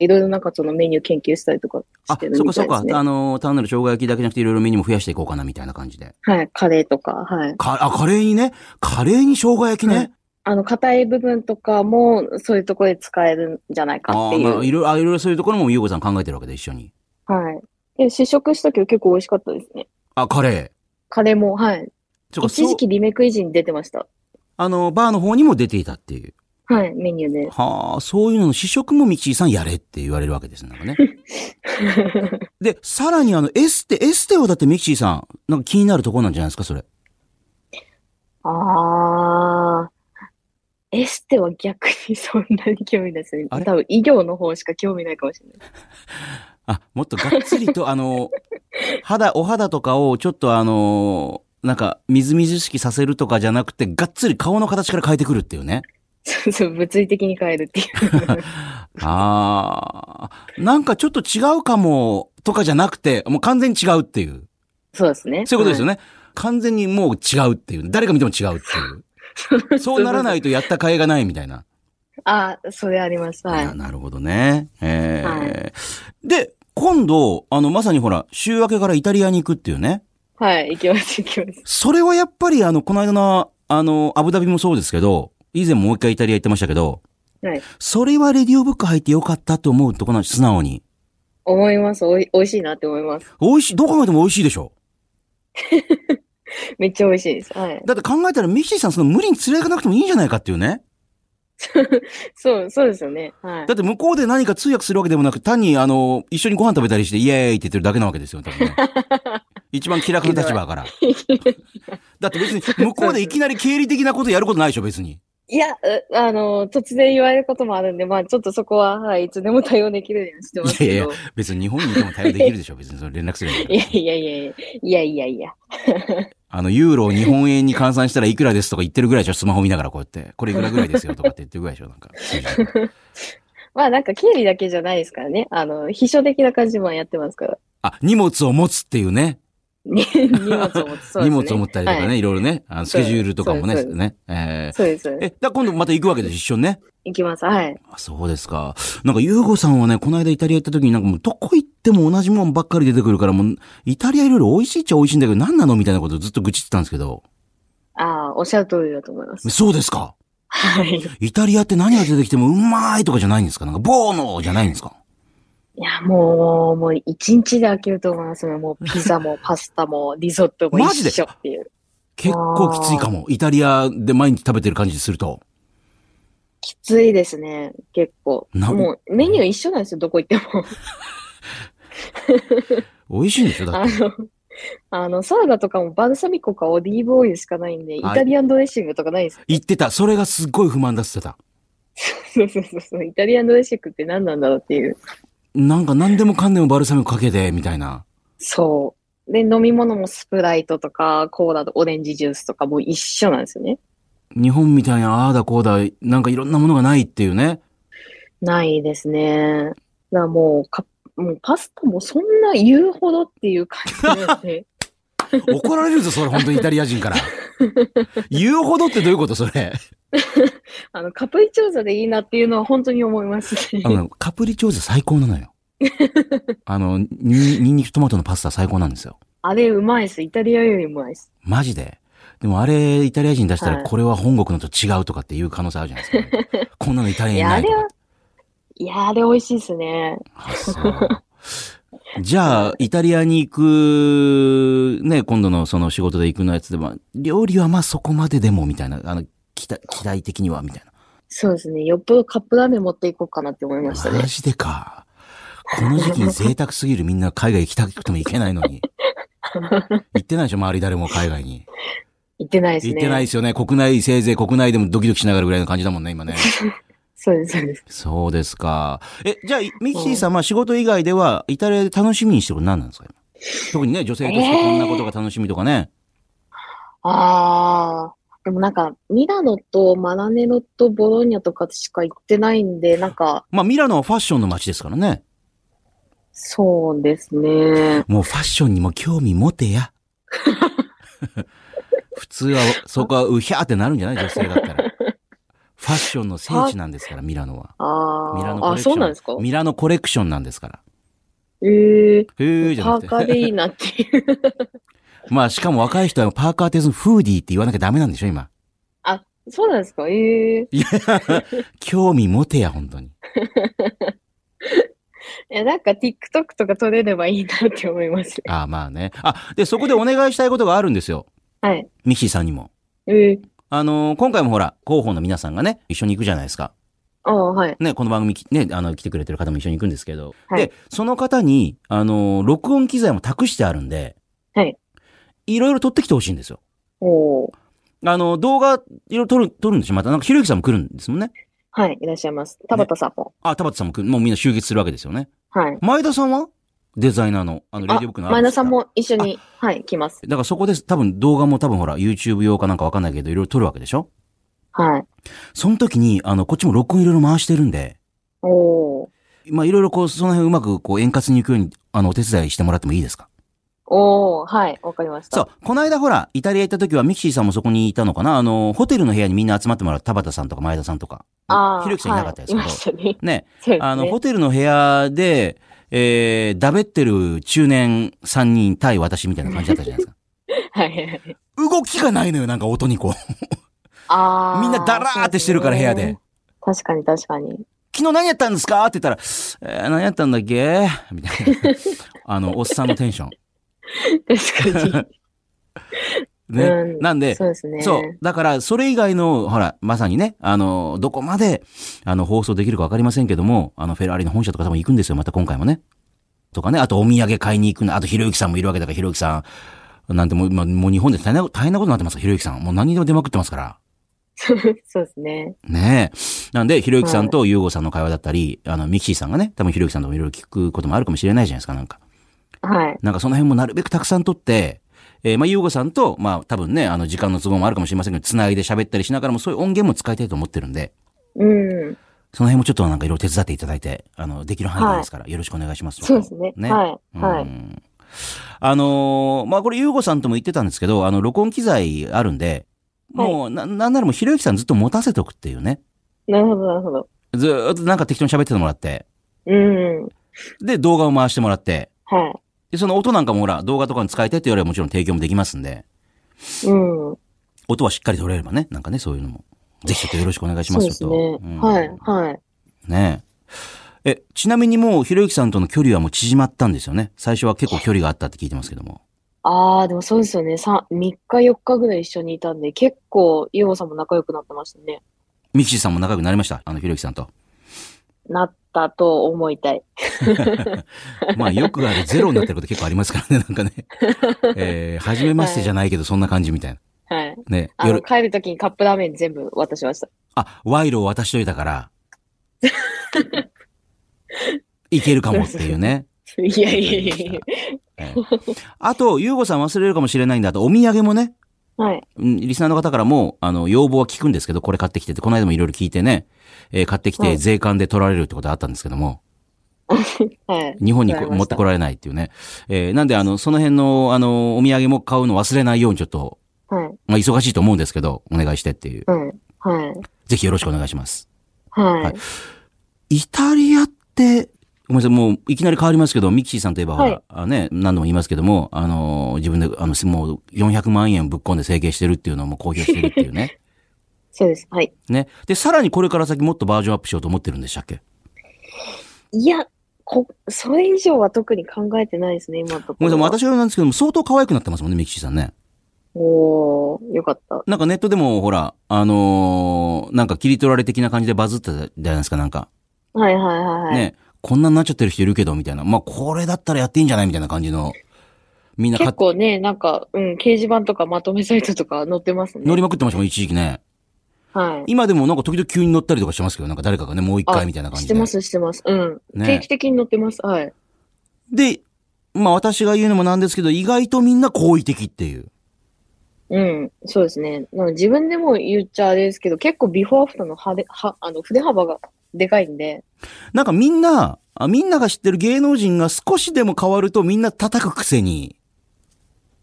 Speaker 4: いろいろなんかそのメニュー研究したりとか
Speaker 1: あ
Speaker 4: して、る
Speaker 1: そっか
Speaker 4: みた
Speaker 1: そっ
Speaker 4: いで
Speaker 1: か
Speaker 4: す。ね。
Speaker 1: あの、単なる生姜焼きだけじゃなくて、いろいろメニューも増やしていこうかな、みたいな感じで。
Speaker 4: はい、カレーとか、はい。
Speaker 1: か、あ、カレーにね、カレーに生姜焼きね。
Speaker 4: はいあの、硬い部分とかも、そういうところで使えるんじゃないか
Speaker 1: あ
Speaker 4: って
Speaker 1: あ、
Speaker 4: い。
Speaker 1: まあ、いうろいろ、あいろいろそういうところも、ゆうこさん考えてるわけで、一緒に。
Speaker 4: はい。で試食したけど結構美味しかったですね。
Speaker 1: あ、カレ
Speaker 4: カレーも、はい。
Speaker 1: ー。ちょっと
Speaker 4: 一
Speaker 1: そう
Speaker 4: 時期リメイク維持に出てました。
Speaker 1: あの、バーの方にも出ていたっていう。
Speaker 4: はい、メニューで。
Speaker 1: はあ、そういうのの試食もミキシーさんやれって言われるわけですね。なんかね。で、さらにあの、エステ、エステはだってミキシーさん、なんか気になるところなんじゃないですか、それ。
Speaker 4: あー。エステは逆に そんなに興味ないですね。
Speaker 1: あれ
Speaker 4: 多分医療の方しか興味ないかもしれない。
Speaker 1: あ、もっとがっつりと、あの、肌、お肌とかをちょっとあの、なんか、みずみずしきさせるとかじゃなくて、がっつり顔の形から変えてくるっていうね。
Speaker 4: そうそう、物理的に変えるっていう。
Speaker 1: ああ、なんかちょっと違うかも、とかじゃなくて、もう完全に違うっていう。
Speaker 4: そうですね。
Speaker 1: そういうことですよ
Speaker 4: ね。
Speaker 1: ね。完全にもう違うっていう。誰が見ても違う っていう。そうならないとやった甲斐がないみたいな。
Speaker 4: あー、それあります。はい
Speaker 1: な。なるほどね。えーで、今度、あの、まさにほら、週明けからイタリアに行くっていうね。
Speaker 4: はい、行きます、行きます。
Speaker 1: それはやっぱり、あの、この間の、あの、アブダビもそうですけど、以前もう一回イタリア行ってましたけど、
Speaker 4: はい。
Speaker 1: それはレディオブック入ってよかったと思うとこなの素直に。
Speaker 4: 思います。おい、美味しいなって思います。
Speaker 1: 美味しい、どう考えても美味しいでしょ。
Speaker 4: めっちゃ美味しいです。はい。
Speaker 1: だって考えたらミキシーさんその無理に連れていかなくてもいいんじゃないかっていうね。
Speaker 4: そう、そうですよね。はい
Speaker 1: だ。って向こうで何か通訳するわけでもなく、単にあの、一緒にご飯食べたりして、イエーイって言ってるだけなわけですよ、多分 ね。一番気楽な立場から。だって別に向こうでいきなり経理的なことやることないでしょ、別に。
Speaker 4: いや、うあの、突然言われることもあるんで、まあ、ちょっとそこは、はい、いつでも対応できるようにしてますけど。
Speaker 1: いやい別に日本にいても対応できる でしょ、別にそれ連絡するんだか
Speaker 4: い
Speaker 1: ら
Speaker 4: やいやいやいや、いやいやいや。
Speaker 1: あの、ユーロを日本円に換算したらいくらですとか言ってるぐらいでしょ、スマホ見ながらこうやって。これいくらぐらいですよとかって言ってるぐらいでしょ、なん か。数字とか
Speaker 4: まあなんか経理だけじゃないですからね。あの、秘書的な感じもやってますから。
Speaker 1: あ、荷物を持つっていうね。
Speaker 4: ね荷物を持つ。そうですね
Speaker 1: 荷物を持ったりとかね、、
Speaker 4: はい
Speaker 1: ろいろね、あのスケジュールとかもね、
Speaker 4: そうです
Speaker 1: ね。えー
Speaker 4: そうです。そうで
Speaker 1: え、だから今度また行くわけでしょ、一緒にね。
Speaker 4: すいきます。はい。
Speaker 1: あそうですか。なんか、ゆうごさんはね、この間イタリア行った時になんかもう、どこ行っても同じもんばっかり出てくるから、もう、イタリアいろいろ美味しいっちゃ美味しいんだけど、何なのみたいなことをずっと愚痴ってたんですけど。
Speaker 4: ああ、おっしゃる通りだと思います。
Speaker 1: そうですか。
Speaker 4: はい。い
Speaker 1: イタリアって何が出てきても、うまいとかじゃないんですかなんか、ボーノじゃないんですか
Speaker 4: や、もう、もう一日で飽きると思いますね。もうピザもパスタもリゾット も
Speaker 1: マジで
Speaker 4: 一緒っていう。
Speaker 1: 結構きついかも。イタリアで毎日食べてる感じすると。
Speaker 4: きついですね。結構。
Speaker 1: な
Speaker 4: もうメニュー一緒なんですよ。どこ行っても。
Speaker 1: 美味しいんでしょだっ
Speaker 4: あ
Speaker 1: て。
Speaker 4: の、あの、サラダとかもバルサミコかオリーブオイルしかないんで、イ
Speaker 1: はい
Speaker 4: タリアンドレッシングとかないんですよ。
Speaker 1: 言ってた。それがすっごい不満だって言ってた。
Speaker 4: そうそうそうそう。イタリアンドレッシングって何なんだろうっていう。
Speaker 1: なんか何でもかんでもバルサミコかけて、みたいな。
Speaker 4: そう。で、飲み物もスプライトとか、コーラとオレンジジュースとかもう一緒なんですよね。
Speaker 1: 日本みたいな、ああだこうだ、なんかいろんなものがないっていうね。
Speaker 4: ないですね。だからもうか、もうパスタもそんな言うほどっていう感じな んで。
Speaker 1: 怒られるぞ、それ、本当にイタリア人 から。言うほどってどういうこと、それ。
Speaker 4: あの、カプリチョーザでいいなっていうのは本当に思いますね
Speaker 1: あ。の、カプリチョーザ最高なの よ。あの、に、ニンニクトマトのパスタ最高なんですよ。
Speaker 4: あれうまいです。イタリアよりうまいです。
Speaker 1: マジで。でもあれ、イタリア人出したら、
Speaker 4: はい
Speaker 1: これは本国のと違うとかっていう可能性あるじゃないですか。 こんなのイタリア
Speaker 4: い
Speaker 1: に
Speaker 4: や、
Speaker 1: な
Speaker 4: あ
Speaker 1: いと
Speaker 4: れ
Speaker 1: か
Speaker 4: は。、いや、あれ美味しいですね。
Speaker 1: あそうじゃあ、イタリアに行く、ね、今度のその仕事で行くのやつでも、料理はまあそこまででも、みたいな、あの、期待、期待的には、みたいな。
Speaker 4: そうですね。よっぽどカップラーメン持っていこうかなって思いましたね
Speaker 1: マ。ジでか。この時期に贅沢すぎるみんな海外行きたくても行けないのに。 行ってないでしょ周り誰も海外に。
Speaker 4: 行ってないですね。
Speaker 1: 行ってないですよね。国内せいぜい国内でもドキドキしながらぐらいの感じだもんね、今 ね。
Speaker 4: そうです、そうです。
Speaker 1: そうですか。え、じゃあ、ミキシーさんは仕事以外では、イタリアで楽しみにしてること何なんですか今特にね、女性としてこんなことが楽しみとかね。
Speaker 4: ああ。でもなんか、ミラノとマラネロとボローニャとかしか行ってないんで、なんか、
Speaker 1: まあ、ミラノはファッションの街ですからね。
Speaker 4: そうですね。
Speaker 1: もうファッションにも興味持て や。普通は、そこはうひゃーってなるんじゃない女性だったら。ファッションの聖地なんですから、ミラノは。
Speaker 4: あ
Speaker 1: ミラノ
Speaker 4: あ。
Speaker 1: コレ
Speaker 4: あ、
Speaker 1: クション。
Speaker 4: そうなんですか
Speaker 1: ミラノコレクションなんですから。
Speaker 4: ええ
Speaker 1: へーじゃ
Speaker 4: パ
Speaker 1: な
Speaker 4: ー
Speaker 1: く
Speaker 4: カー
Speaker 1: て。
Speaker 4: でいいなっていう。
Speaker 1: まあ、しかも若い人はパーカーテズフーディーって言わなきゃダメなんでしょ、今。
Speaker 4: あ、そうなんですかええ
Speaker 1: いや、興味持てや、本当に。
Speaker 4: えなんか TikTok とか撮れればいいなって思います。
Speaker 1: ああ、まあね。あ、で、そこでお願いしたいことがあるんですよ。
Speaker 4: はい。
Speaker 1: ミッキーさんにも。
Speaker 4: えー、
Speaker 1: あのー今回もほら、広報の皆さんがね、一緒に行くじゃないですか。
Speaker 4: ああ、はい。
Speaker 1: ね、この番組き、ね、あの、来てくれてる方も一緒に行くんですけど。
Speaker 4: はい
Speaker 1: で、その方に、あのー録音機材も託してあるんで、
Speaker 4: はい。
Speaker 1: いろいろ撮ってきてほしいんですよ。
Speaker 4: おー
Speaker 1: あの、動画、いろいろ撮る、撮るんでしょまた、なんか、ひろゆきさんも来るんですもんね。
Speaker 4: はい、いらっしゃいます。田畑さんも。
Speaker 1: あ、田畑さんも来る、もうみんな集結するわけですよね。
Speaker 4: はい。
Speaker 1: 前田さんはデザイナーの、あの、レディオブックの
Speaker 4: あ
Speaker 1: ア
Speaker 4: 前
Speaker 1: ルバムで
Speaker 4: 田
Speaker 1: すか
Speaker 4: さん。も一緒に、はい、来ます。
Speaker 1: だからそこです。多分動画も多分ほら、YouTube 用かなんかわかんないけど、いろいろ撮るわけでしょ
Speaker 4: はい。
Speaker 1: その時に、あの、こっちも録音いろいろ回してるんで、
Speaker 4: おー
Speaker 1: まあ、いろいろこう、その辺うまくこう、円滑に行くように、あの、お手伝いしてもらってもいいですか
Speaker 4: おーはい、わかりました。
Speaker 1: そう。この間ほら、イタリア行った時はミキシーさんもそこにいたのかなあの、ホテルの部屋にみんな集まってもらう田畑さんとか前田さんとか。
Speaker 4: ああ、
Speaker 1: ひろゆきさんいなかったですけ
Speaker 4: は
Speaker 1: ど。
Speaker 4: い、いましたね。
Speaker 1: ね。
Speaker 4: そうですね。
Speaker 1: あの、ホテルの部屋で、えー、だべってる中年3人対私みたいな感じだったじゃないですか。
Speaker 4: はい。
Speaker 1: 動きがないのよ、なんか音に こう。
Speaker 4: ああ。
Speaker 1: みんなダラーってしてるから、部屋で。。
Speaker 4: 確かに確かに。
Speaker 1: 昨日何やったんですかって言ったら、えー、何やったんだっけみたいな。あの、おっさんのテン ション。
Speaker 4: 確かに。
Speaker 1: ね。
Speaker 4: うん
Speaker 1: なん で、
Speaker 4: そうですね。
Speaker 1: そう。だから、それ以外の、ほら、まさにね、あの、どこまで、あの、放送できるかわかりませんけども、あの、フェラーリの本社とか多分行くんですよ、また今回もね。とかね、あとお土産買いに行くの、あとひろゆきさんもいるわけだから、ひろゆきさん、なんてもう、まあ、もう日本で大変な大変なことになってますからひろゆきさん。もう何にでも出まくってますから。
Speaker 4: そうですね。
Speaker 1: ねえ。なんで、ひろゆきさんとゆうごさんの会話だったり、あの、ミキシーさんがね、多分ひろゆきさんともいろいろ聞くこともあるかもしれないじゃないですか、なんか。
Speaker 4: はい。
Speaker 1: なんかその辺もなるべくたくさん撮って、えー、まあ、ゆうごさんと、まあ、多分ね、あの、時間の都合もあるかもしれませんけど、つないで喋ったりしながらも、そういう音源も使いたいと思ってるんで、
Speaker 4: うん。
Speaker 1: その辺もちょっとなんかいろいろ手伝っていただいて、あの、できる範囲でいいですから、よろしくお願いします。
Speaker 4: そうですね。はい。
Speaker 1: うん
Speaker 4: はい。
Speaker 1: あのーまあ、これ、ゆうごさんとも言ってたんですけど、あの、録音機材あるんで、もう、な、なんならもう、ひろゆきさんずっと持たせておくっていうね。
Speaker 4: なるほど、なるほど。
Speaker 1: ずーっとなんか適当に喋っててもらって、
Speaker 4: うん。
Speaker 1: で、動画を回してもらって、
Speaker 4: は
Speaker 1: で、その音なんかもほら、動画とかに使えてって言わればもちろん提供もできますんで、
Speaker 4: い。うん。
Speaker 1: 音はしっかり取れればね、なんかね、そういうのも。ぜひちょっとよろしくお願いし
Speaker 4: そ
Speaker 1: ま
Speaker 4: う
Speaker 1: す
Speaker 4: で
Speaker 1: よ
Speaker 4: す
Speaker 1: と。
Speaker 4: ね
Speaker 1: う。ん
Speaker 4: はい。はい。
Speaker 1: ねえ。え、ちなみにもう、ひろゆきさんとの距離はもう縮まったんですよね。最初は結構距離があったって聞いてますけども。
Speaker 4: ああ、でもそうですよね。さ3日、4日ぐらい一緒にいたんで、結構、ゆうごさんも仲良くなってましたね。
Speaker 1: ミキシーさんも仲良くなりました。あの、ひろゆきさんと。
Speaker 4: なったと思いたい。
Speaker 1: まあ、よくあるゼロになってること結構ありますからね、 なんかね。えー、初めましてじゃないけど、そんな感じみたいな。
Speaker 4: はい。
Speaker 1: ね。
Speaker 4: あの、
Speaker 1: 夜、
Speaker 4: 帰るときにカップラーメン全部渡しました。
Speaker 1: あ、賄賂を渡しといたから。いけるかもっていうね。
Speaker 4: いやいやいやいや。
Speaker 1: えーあと、ゆうごさん忘れるかもしれないんだと、お土産もね、
Speaker 4: はい。
Speaker 1: うんリスナーの方からも、あの、要望は聞くんですけど、これ買ってきてって、この間もいろいろ聞いてね、えー買ってき
Speaker 4: は
Speaker 1: て
Speaker 4: い
Speaker 1: 税関で取られるってことあったんですけども、
Speaker 4: はい。
Speaker 1: 日本に
Speaker 4: わか
Speaker 1: こ
Speaker 4: りました
Speaker 1: 持ってこられないっていうね。えーなんで、あの、その辺の、あの、お土産も買うの忘れないようにちょっと、
Speaker 4: はい。
Speaker 1: まあ、忙しいと思うんですけど、お願いしてっていう。
Speaker 4: はい。はい。
Speaker 1: ぜひよろしくお願いします。
Speaker 4: はい。
Speaker 1: はいイタリアって、ごめんなさい、もう、いきなり変わりますけど、ミキシーさんといえば、ほら、
Speaker 4: はい
Speaker 1: あね、何度も言いますけども、あの、自分で、あの、もう、400万円ぶっ込んで整形してるっていうのも公表してるっていうね。
Speaker 4: そうです。はい。
Speaker 1: ね。で、さらにこれから先もっとバージョンアップしようと思ってるんでしたっけ
Speaker 4: いや、こ、それ以上は特に考えてないですね、今のと
Speaker 1: ご
Speaker 4: こ
Speaker 1: めん
Speaker 4: ろ
Speaker 1: な
Speaker 4: は。
Speaker 1: さい、私はなんですけども、相当可愛くなってますもんね、ミキシーさんね。
Speaker 4: おー、よかった。
Speaker 1: なんかネットでも、ほら、あのーなんか切り取られ的な感じでバズったじゃないですか、なんか。
Speaker 4: はいはいはいはい。
Speaker 1: ね。こんなになっちゃってる人いるけど、みたいな。まあ、これだったらやっていいんじゃないみたいな感じの。みんな買っ
Speaker 4: 結
Speaker 1: て、
Speaker 4: 構ね、なんか、うん、掲示板とかまとめサイトとか載ってますね。
Speaker 1: 乗りまくってましたもん、一時期ね。
Speaker 4: はい。
Speaker 1: 今でもなんか時々急に乗ったりとかしてますけど、なんか誰かがね、もう一回
Speaker 4: あ
Speaker 1: みたいな感
Speaker 4: し
Speaker 1: じ
Speaker 4: て
Speaker 1: で。
Speaker 4: ます、してます。うん。
Speaker 1: ね
Speaker 4: 定期的に載ってます。はい。
Speaker 1: で、まあ私が言うのもなんですけど、意外とみんな好意的っていう。
Speaker 4: うん、そうですね。なんか自分でも言っちゃあれですけど、結構ビフォーアフターの派で、は、あの、筆幅がでかいんで、
Speaker 1: なんかみんな、あみんなが知ってる芸能人が少しでも変わるとみんな叩くくせに、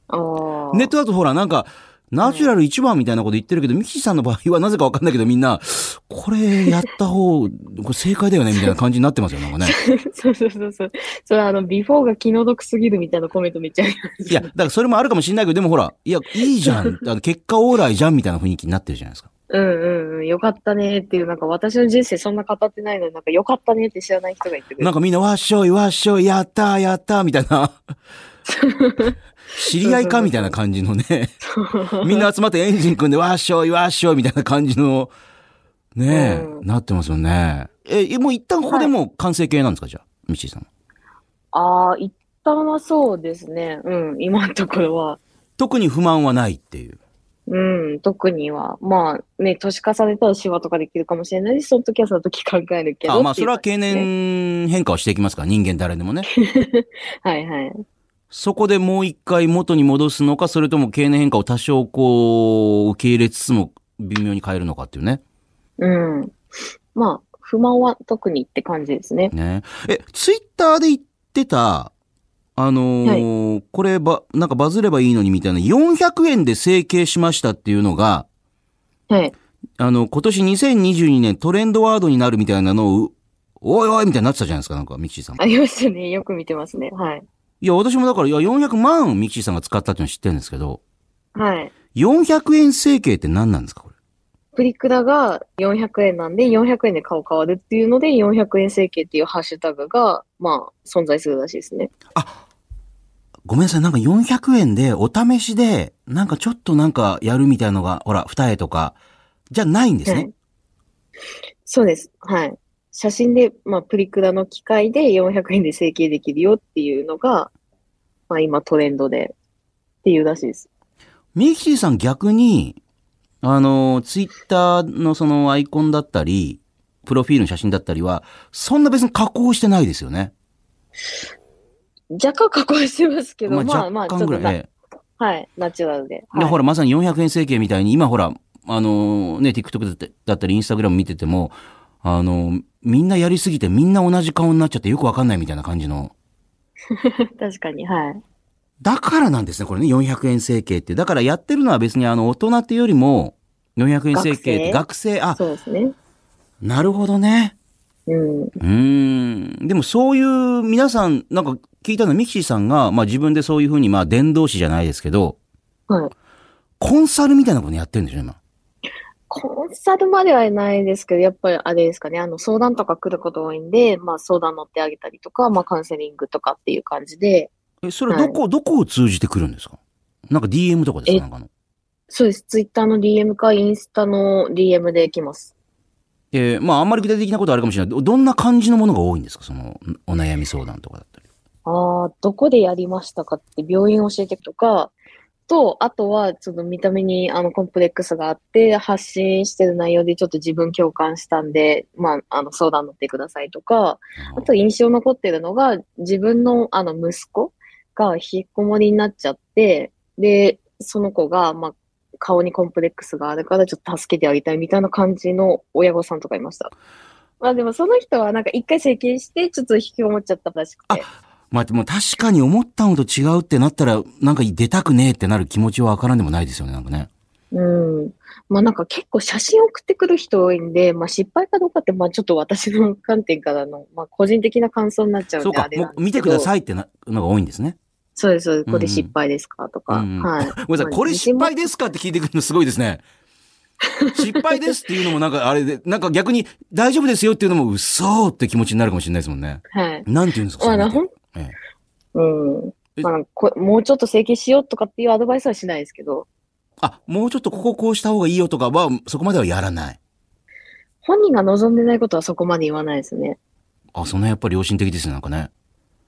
Speaker 4: ああ。
Speaker 1: ネットだとほらなんか、ナチュラル一番みたいなこと言ってるけど、ミキシさんの場合はなぜかわかんないけどみんな、これやった方、これ正解だよねみたいな感じになってますよ、なんか ね。
Speaker 4: そうそうそうそう。それあの、ビフォーが気の毒すぎるみたいなコメントめっちゃあります。
Speaker 1: い や、だからそれもあるかもしれないけど、でもほら、いや、いいじゃん、あの結果オーライじゃんみたいな雰囲気になってるじゃないですか。
Speaker 4: うんうんうん、よかったねっていう、なんか私の人生そんな語ってないのに、なんかよかったねって知らない人が言ってくれ
Speaker 1: なん
Speaker 4: る。
Speaker 1: かみんな、わっしょい、わっしょい、やったー、やったー、みたい な。知り合いかみたいな感じのね。みんな集まってエンジン組んで、わっしょい、わっしょい、みたいな感じの、ねえ、
Speaker 4: うん
Speaker 1: なってますよね。え、もう一旦ここでもう完成形なんですか、じゃあ、ミッチーさん。
Speaker 4: ああ、一旦はそうですね。うん、今のところは。
Speaker 1: 特に不満はないっていう。
Speaker 4: うん、特には。まあね、年重ねたらシワとかできるかもしれないし、その時はその時考えるけど。
Speaker 1: あまあ、それは
Speaker 4: ってい
Speaker 1: 経
Speaker 4: う感じで。
Speaker 1: 年変化をしていきますから、人間誰でもね。
Speaker 4: はいはい。
Speaker 1: そこでもう一回元に戻すのか、それとも経年変化を多少こう、受け入れつつも微妙に変えるのかっていうね。
Speaker 4: うん。まあ、不満は特にって感じですね。
Speaker 1: ね。え、ツイッターで言ってた、あのーこれば、なんかバズればいいのにみたいな、400円で整形しましたっていうのが、
Speaker 4: はい。
Speaker 1: あの、今年2022年トレンドワードになるみたいなのを、おいおいみたいになってたじゃないですか、なんか、ミキシーさん。
Speaker 4: ありますよね。よく見てますね。はい。
Speaker 1: いや、私もだから、いや、400万ミキシーさんが使ったっていうのは知ってるんですけど、
Speaker 4: はい。
Speaker 1: 400円整形って何なんですか、これ。
Speaker 4: プリクラが400円なんで、400円で顔変わるっていうので、400円整形っていうハッシュタグが、まあ、存在するらしいですね。
Speaker 1: ごめんなさい、なんか400円でお試しで、なんかちょっとなんかやるみたいのが、ほら、二重とか、じゃないんです
Speaker 4: は
Speaker 1: ね
Speaker 4: い。。そうです。はい。写真で、まあ、プリクラの機械で400円で整形できるよっていうのが、まあ、今トレンドで、っていうらしいです。
Speaker 1: ミキシーさん逆に、あの、ツイッターのそのアイコンだったり、プロフィールの写真だったりは、そんな別に加工してないですよね。
Speaker 4: 若干加工してますけど、まあま
Speaker 1: 若
Speaker 4: あ、ちょ
Speaker 1: 干
Speaker 4: っと
Speaker 1: ぐらい。
Speaker 4: な、
Speaker 1: え
Speaker 4: はい、ナチュラルで。
Speaker 1: えで
Speaker 4: はい
Speaker 1: ほら、まさに400円整形みたいに、今ほら、あの、ね、TikTok だっただったり、Instagram 見てても、あの、みんなやりすぎてみんな同じ顔になっちゃってよくわかんないみたいな感じの。
Speaker 4: 確かに、はい。
Speaker 1: だからなんですね、これね、400円整形って。だからやってるのは別にあの、大人っていうよりも、400円整形って学
Speaker 4: 学
Speaker 1: 生、あ、
Speaker 4: そうですね。
Speaker 1: なるほどね。
Speaker 4: うん。
Speaker 1: うーん。でもそういう、皆さん、なんか聞いたのはミキシーさんが、まあ自分でそういうふうに、まあ伝道師じゃないですけど、
Speaker 4: はい。
Speaker 1: コンサルみたいなことやってるんでしょ、今。
Speaker 4: コンサルまではいないですけど、やっぱりあれですかね、あの、相談とか来ること多いんで、まあ、相談乗ってあげたりとか、まあ、カウンセリングとかっていう感じで、
Speaker 1: え、それはどこ、どこを通じてくるんですかなんか DM とかです
Speaker 4: え
Speaker 1: かなんかの。
Speaker 4: そうです。ツイッターの DM か、インスタの DM で来ます。
Speaker 1: えーまああんまり具体的なことはあるかもしれない。どどんな感じのものが多いんですかその、お悩み相談とかだったり。
Speaker 4: ああ、どこでやりましたかって、病院教えてとか、と、あとは、その見た目に、あの、コンプレックスがあって、発信してる内容でちょっと自分共感したんで、まあ、あの、相談乗ってくださいとか、あと印象残ってるのが、自分のあの息子が引きこもりになっちゃって、で、その子が、まあ、顔にコンプレックスがあるからちょっと助けてあげたいみたいな感じの親御さんとかいました。まあでもその人はなんか一回整形してちょっと引きこもっちゃったらしくて。
Speaker 1: まあでも確かに思ったのと違うってなったら、なんか出たくねえってなる気持ちはわからんでもないですよね、なんかね。
Speaker 4: うん。まあなんか結構写真送ってくる人多いんで、まあ失敗かどうかってまあちょっと私の観点からの、まあ個人的な感想になっちゃうんで
Speaker 1: そうか
Speaker 4: あれ、
Speaker 1: もう見てくだ
Speaker 4: い。
Speaker 1: さいってなのが多いんですね。
Speaker 4: そうです、そうです。これ失敗ですかとか。
Speaker 1: うんうん
Speaker 4: はい。
Speaker 1: ごめんなさい、
Speaker 4: まあ
Speaker 1: これ
Speaker 4: 自信
Speaker 1: 失
Speaker 4: も
Speaker 1: 敗ですかって聞いてくるのすごいですね。失敗ですっていうのもなんかあれで、 なんか逆に大丈夫ですよっていうのも嘘って気持ちになるかもしれないですもんね。
Speaker 4: はい。
Speaker 1: なんて言うんですか
Speaker 4: ま
Speaker 1: そ
Speaker 4: あ
Speaker 1: れ
Speaker 4: な、
Speaker 1: 見て
Speaker 4: ほん、
Speaker 1: え
Speaker 4: うん。
Speaker 1: え
Speaker 4: まあ、こもうちょっと整形しようとかっていうアドバイスはしないですけど、
Speaker 1: あ、もうちょっとこここうした方がいいよとかは、そこまではやらない。
Speaker 4: 本人が望んでないことはそこまで言わないですね。
Speaker 1: あ、その辺やっぱり良心的ですね、なんかね。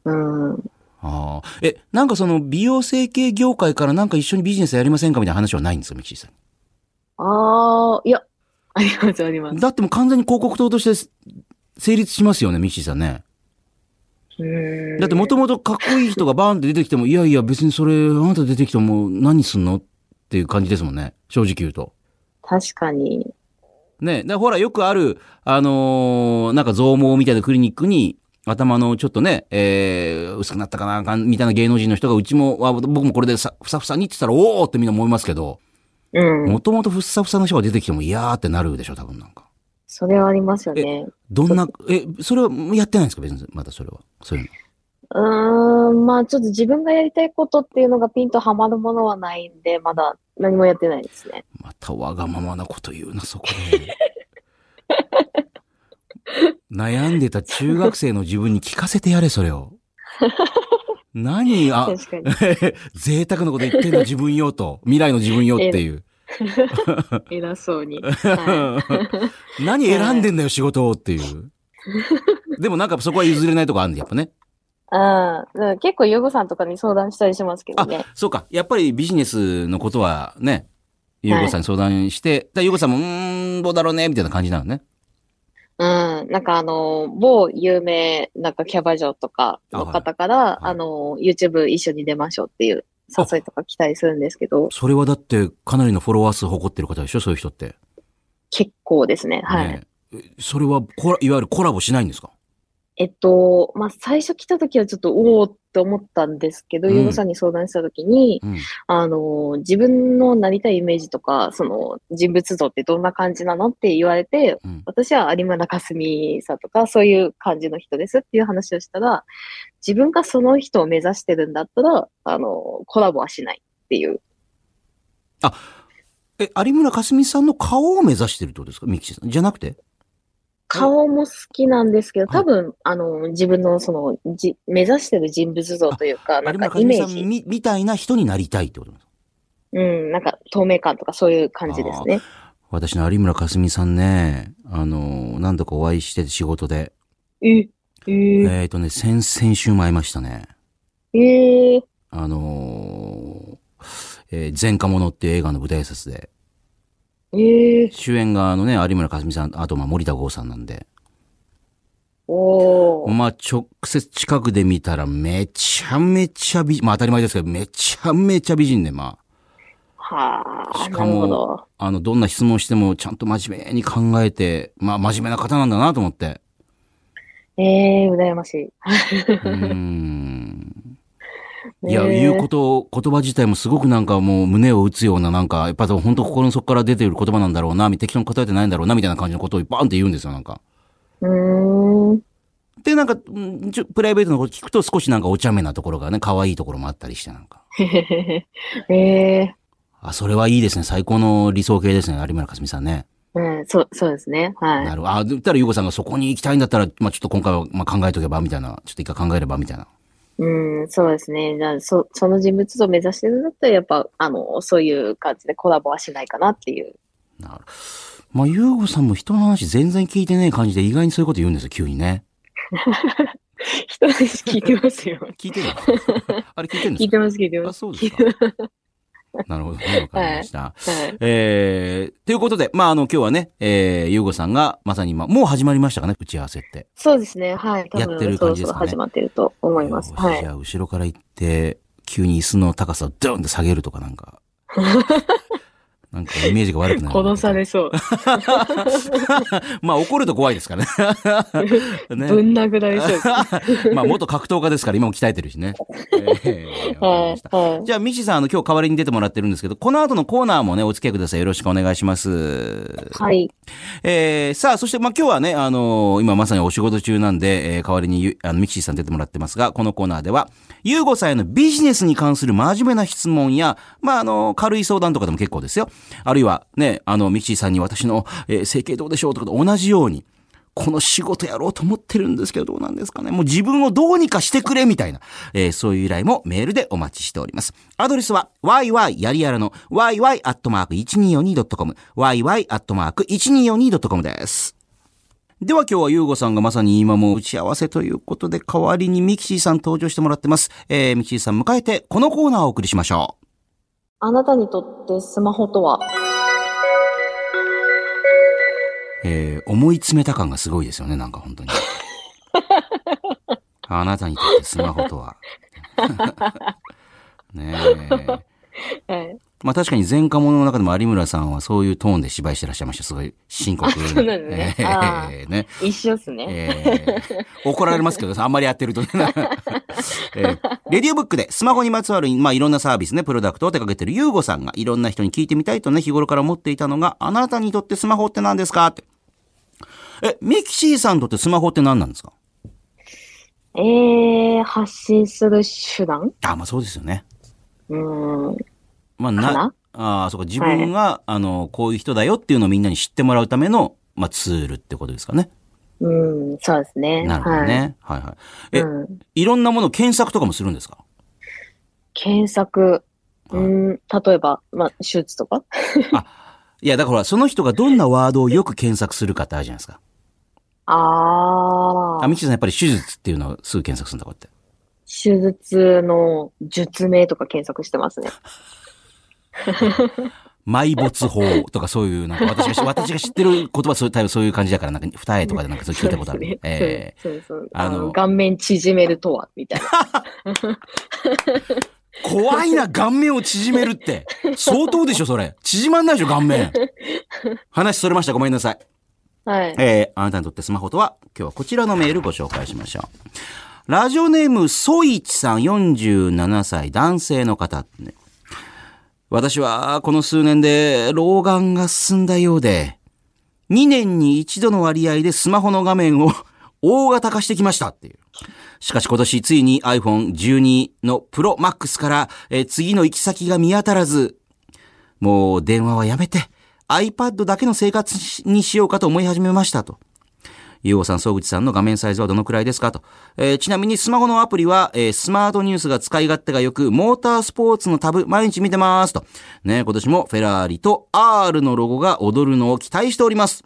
Speaker 4: うん。
Speaker 1: ああ。え、なんかその美容整形業界からなんか一緒にビジネスやりませんかみたいな話はないんですか、ミキシーさん。
Speaker 4: ああ、いや、あります、あります。
Speaker 1: だってもう完全に広告塔として成立しますよね、ミキシーさんね。
Speaker 4: うん。
Speaker 1: だってもともとかっこいい人がバーンって出てきても、いやいや別にそれ、あなた出てきても何すんのっていう感じですもんね。正直言うと。
Speaker 4: 確かに。
Speaker 1: ね。だほら、よくある、あのーなんか増毛みたいなクリニックに、頭のちょっとね、えー、薄くなったかな、かんみたいな芸能人の人が、うちも、あ僕もこれでさ、ふさふさにって言ったら、おーってみんな思いますけど、
Speaker 4: うん。
Speaker 1: もともとふさふさの人が出てきても、いやーってなるでしょ、多分なんか。
Speaker 4: それはありますよね。
Speaker 1: どんな、え、それはやってないんですか別に、まだそれは。そういうの。
Speaker 4: うーん、まあちょっと自分がやりたいことっていうのがピンとはまるものはないんで、まだ何もやってないですね。
Speaker 1: またわがままなこと言うな、そこで。 悩んでた中学生の自分に聞かせてやれ、それを。何、あ、
Speaker 4: 確かに。
Speaker 1: 贅沢なこと言ってんだ、自分よと。未来の自分よっていう。
Speaker 3: 偉そ うに。
Speaker 1: 何選んでんだよ、仕事をっていう。でもなんかそこは譲れないとこあるんで、やっぱね。
Speaker 4: ああ、だから結構ユーゴさんとかに相談したりしますけどね。
Speaker 1: そうか。やっぱりビジネスのことはね、ゆうこさんに相談して、だからゆうこさんも、うーん、どうだろうね、みたいな感じなのね。
Speaker 4: うん、なんかあの、某有名なんかキャバ嬢とかの方から、あ,、
Speaker 1: いはい
Speaker 4: の、YouTube 一緒に出ましょうっていう誘いとか来たりするんですけど、
Speaker 1: それはだって、かなりのフォロワー数誇ってる方でしょ、そういう人って。
Speaker 4: 結構ですね。はい。
Speaker 1: ねえ。それはコラ、いわゆるコラボしないんですか
Speaker 4: えっと、まあ、最初来た時はちょっと、おおって思ったんですけど、
Speaker 1: うん
Speaker 4: ユーゴさんに相談した時に、
Speaker 1: うん。
Speaker 4: あの、自分のなりたいイメージとか、その、人物像ってどんな感じなのって言われて、
Speaker 1: うん
Speaker 4: 私は有村架純さんとか、そういう感じの人ですっていう話をしたら、自分がその人を目指してるんだったら、あの、コラボはしないっていう。
Speaker 1: え、有村架純さんの顔を目指してるってことですかミキシさん。じゃなくて
Speaker 4: 顔も好きなんですけど、
Speaker 1: はい
Speaker 4: 多分、あの、自分のその、じ、目指してる人物像というか、な
Speaker 1: 有
Speaker 4: ん
Speaker 1: 村
Speaker 4: か
Speaker 1: 架
Speaker 4: イ
Speaker 1: 純
Speaker 4: メ
Speaker 1: さ
Speaker 4: ージ
Speaker 1: ん。みみたいな人になりたいってことなんですか
Speaker 4: うん、なんか透明感とかそういう感じですね。
Speaker 1: 私の有村架純さんね、あの、何度かお会いしてて仕事で。
Speaker 4: え、え
Speaker 1: えっ、とね、先々週も会いましたね。
Speaker 4: えー、
Speaker 1: あのーえー前科者っていう映画の舞台挨拶で、
Speaker 4: えー、
Speaker 1: 主演があのね、有村架純さん、あとまあ森田剛さんなんで、
Speaker 4: おー。
Speaker 1: まあ直接近くで見たらめちゃめちゃ美人、まあ当たり前ですけど、めちゃめちゃ美人で、ま
Speaker 4: はあ、
Speaker 1: しか
Speaker 4: なるほ
Speaker 1: も
Speaker 4: ど。
Speaker 1: あ、あの、どんな質問してもちゃんと真面目に考えて、まあ真面目な方なんだなと思って。
Speaker 4: ええー、羨ましい。
Speaker 1: うーん。いや、
Speaker 4: ねえ
Speaker 1: 言うこと、言葉自体もすごくなんかもう胸を打つような、なんか、やっぱ本当心の底から出てる言葉なんだろうな、適当に答えてないんだろうな、みたいな感じのことをバーンって言うんですよ、なんか。
Speaker 4: うーん。
Speaker 1: で、なんか、うんちょプライベートのこと聞くと少しなんかお茶目なところがね、可愛いところもあったりしてなんか。
Speaker 4: へへへへ。え
Speaker 1: あ、それはいいですね。最高の理想形ですね。有村架純さんね。
Speaker 4: ー、うん、そう、そうですね。は
Speaker 1: なるあ、で言ったらゆうこさんがそこに行きたいんだったら、まあちょっと今回は、まあ、考えとけば、みたいな。ちょっと一回考えれば、みたいな。
Speaker 4: い。うん、そうですね。じゃあ、そ、その人物像を目指してるんだったら、やっぱ、あの、そういう感じでコラボはしないかなっていう。
Speaker 1: なるまあゆうこさんも人の話全然聞いてない感じで意外にそういうこと言うんですよ、急にね。
Speaker 4: 人の話聞いてますよ。
Speaker 1: 聞いてる あれ聞いてるんですか
Speaker 4: 聞いてます、聞いて
Speaker 1: あ、
Speaker 4: ます。
Speaker 1: そうですか。なるほど。わかりました。
Speaker 4: はい。
Speaker 1: えー、ということで、まあ、あの、今日はね、えー、ゆうごさんが、まさに今、もう始まりましたかね、打ち合わせって。
Speaker 4: そうですね。はい。多
Speaker 1: やってる
Speaker 4: 分、そ
Speaker 1: 感
Speaker 4: ろ
Speaker 1: じです
Speaker 4: そろ
Speaker 1: かね
Speaker 4: 始まってると思います。
Speaker 1: よし
Speaker 4: はい
Speaker 1: じゃ。あ、後ろから行って、急に椅子の高さをドーンって下げるとかなんか。なんかイメージが悪くなる。
Speaker 3: 殺され。そう。
Speaker 1: まあ怒ると怖いですからね。
Speaker 3: ぶ
Speaker 1: ね。
Speaker 3: ん殴ら れそう。
Speaker 1: まあ元格闘家ですから今も鍛えてるしね。えーわかり
Speaker 4: は
Speaker 1: ま
Speaker 4: い
Speaker 1: した。
Speaker 4: はい。
Speaker 1: じゃあ、ミシさん、あの、今日代わりに出てもらってるんですけど、この後のコーナーもね、お付き合いください。よろしくお願いします。
Speaker 4: はい。
Speaker 1: えーさあ、そして、まあ、今日はね、あのー今まさにお仕事中なんで、えー代わりにゆ、あの、ミキシーさん出てもらってますが、このコーナーでは、ユーゴさんへのビジネスに関する真面目な質問や、まあ、あのー軽い相談とかでも結構ですよ。あるいは、ね、あの、ミキシーさんに私の、えー整形どうでしょうとかと同じように、この仕事やろうと思ってるんですけど、どうなんですかね。もう自分をどうにかしてくれ、みたいな。えーそういう依頼もメールでお待ちしております。アドレスは、yy やりやらの yy.1242.com、yy.1242.com です。では今日はゆうごさんがまさに今も打ち合わせということで、代わりにミキシーさん登場してもらってます。えー、ミキシーさん迎えて、このコーナーをお送りしましょう。
Speaker 4: あなたにとってスマホとは
Speaker 1: えー、思い詰めた感がすごいですよね、なんか本 当に。あなたにとってスマホとは。 ねえ。
Speaker 4: はい。
Speaker 1: まあ確かに前科者の中でも有村さんはそういうトーンで芝居してらっしゃいました。すごい深刻な。
Speaker 4: そうなんですね
Speaker 1: えー
Speaker 4: あ
Speaker 1: ね
Speaker 4: 一緒ですね。
Speaker 1: えー怒られますけど、あんまりやってるとね。えーレディオブックでスマホにまつわる、まあ、いろんなサービスね、プロダクトを手掛けてるユーゴさんがいろんな人に聞いてみたいとね、日頃から思っていたのが、あなたにとってスマホって何ですかって。え、ミキシーさんにとってスマホって何なんですか
Speaker 4: えー、発信する手段
Speaker 1: あ、まあそうですよね。
Speaker 4: うーん、
Speaker 1: まあ
Speaker 4: か
Speaker 1: な、
Speaker 4: な
Speaker 1: ああ、そうか、自分が、あの、こういう人だよっていうのをみんなに知ってもらうための、まあツールってことですかね。
Speaker 4: うん、そうですね。
Speaker 1: なるほどね。はい、はい、
Speaker 4: はい。
Speaker 1: え
Speaker 4: うん、
Speaker 1: いろんなものを検索とかもするんですか
Speaker 4: 検索、う
Speaker 1: はい
Speaker 4: ん、例えば、まあ、手術とか
Speaker 1: いや、だからその人がどんなワードをよく検索するかってあるじゃないですか。
Speaker 4: あ
Speaker 1: あ、
Speaker 4: あ、
Speaker 1: みきちさんやっぱり手術っていうのをすぐ検索するんだ、こうやって。
Speaker 4: 手術の術名とか検索してますね。
Speaker 1: 埋没法とかそういう、なんか私が知私が知ってる言葉、そういう、多分そういう感じだから、なんか二重とかでなんかそう聞いたことあ る。
Speaker 4: そうです
Speaker 1: え
Speaker 4: ねそうですそうです
Speaker 1: あ
Speaker 4: あ
Speaker 1: の
Speaker 4: の、顔面縮めるとは、みたいな。
Speaker 1: え怖いな、顔面を縮めるって。相当でしょ、それ。縮まんないでしょ、顔面。話それました。ごめんなさい。
Speaker 4: はい。
Speaker 1: えー、あなたにとってスマホとは、今日はこちらのメールご紹介しましょう。ラジオネーム、ソイチさん、47歳、男性の方、ね。私は、この数年で、老眼が進んだようで、2年に一度の割合でスマホの画面を大型化してきましたっていう。しかし今年ついに iPhone12 の Pro Max から、えー次の行き先が見当たらず、もう電話はやめて、iPad だけの生活にしようかと思い始めましたと。ゆうごさん、総口さんの画面サイズはどのくらいですかと。えーちなみにスマホのアプリは、えースマートニュースが使い勝手が良く、モータースポーツのタブ、毎日見てますと。ね、今年もフェラーリと R のロゴが踊るのを期待しております。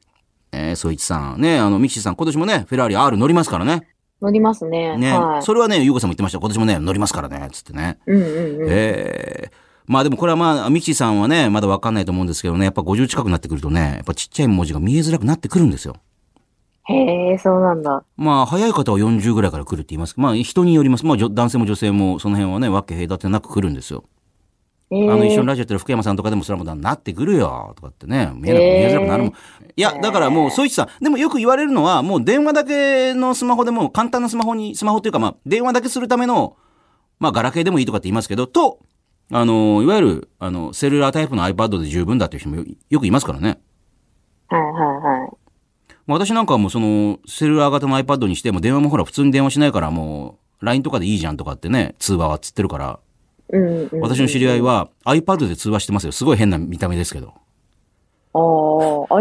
Speaker 1: えー、総一さん、ね、あの、ミキシーさん、今年もね、フェラーリ R 乗りますからね。
Speaker 4: 乗りますね。
Speaker 1: ね、
Speaker 4: はい。
Speaker 1: それはね、ゆうごさんも言ってました。今年もね、乗りますからね、つってね。
Speaker 4: うんうんうん。
Speaker 1: ええまあでもこれはまあ、ミキシーさんはね、まだわかんないと思うんですけどね、やっぱ50近くなってくるとね、やっぱちっちゃい文字が見えづらくなってくるんですよ。
Speaker 4: へえ、そうなんだ。
Speaker 1: まあ、早い方は40ぐらいから来るって言いますけど、まあ人によります。まあ女男性も女性もその辺はね、分け隔てなく来るんですよ。
Speaker 4: え
Speaker 1: あの、一緒に
Speaker 4: ー、
Speaker 1: ラジオやってる福山さんとかでもそれはもうなってくるよ、とかってね、見えなく見えづらくなるもん。いや、だからもう、そいちさん、でもよく言われるのは、もう電話だけのスマホでも、簡単なスマホに、スマホっていうか、まあ、電話だけするための、まあ、ガラケーでもいいとかって言いますけど、と、あの、いわゆる、あの、セルラータイプの iPad で十分だっていう人もよよく言いますからね。
Speaker 4: はいはいはい。
Speaker 1: まあ私なんかはもうその、セルラー型の iPad にしても、電話もほら、普通に電話しないから、もう、LINE とかでいいじゃんとかってね、通話はっつってるから、
Speaker 4: うんうんうん、
Speaker 1: 私の知り合いは iPad で通話してますよ。すごい変な見た目ですけど。
Speaker 4: ああ、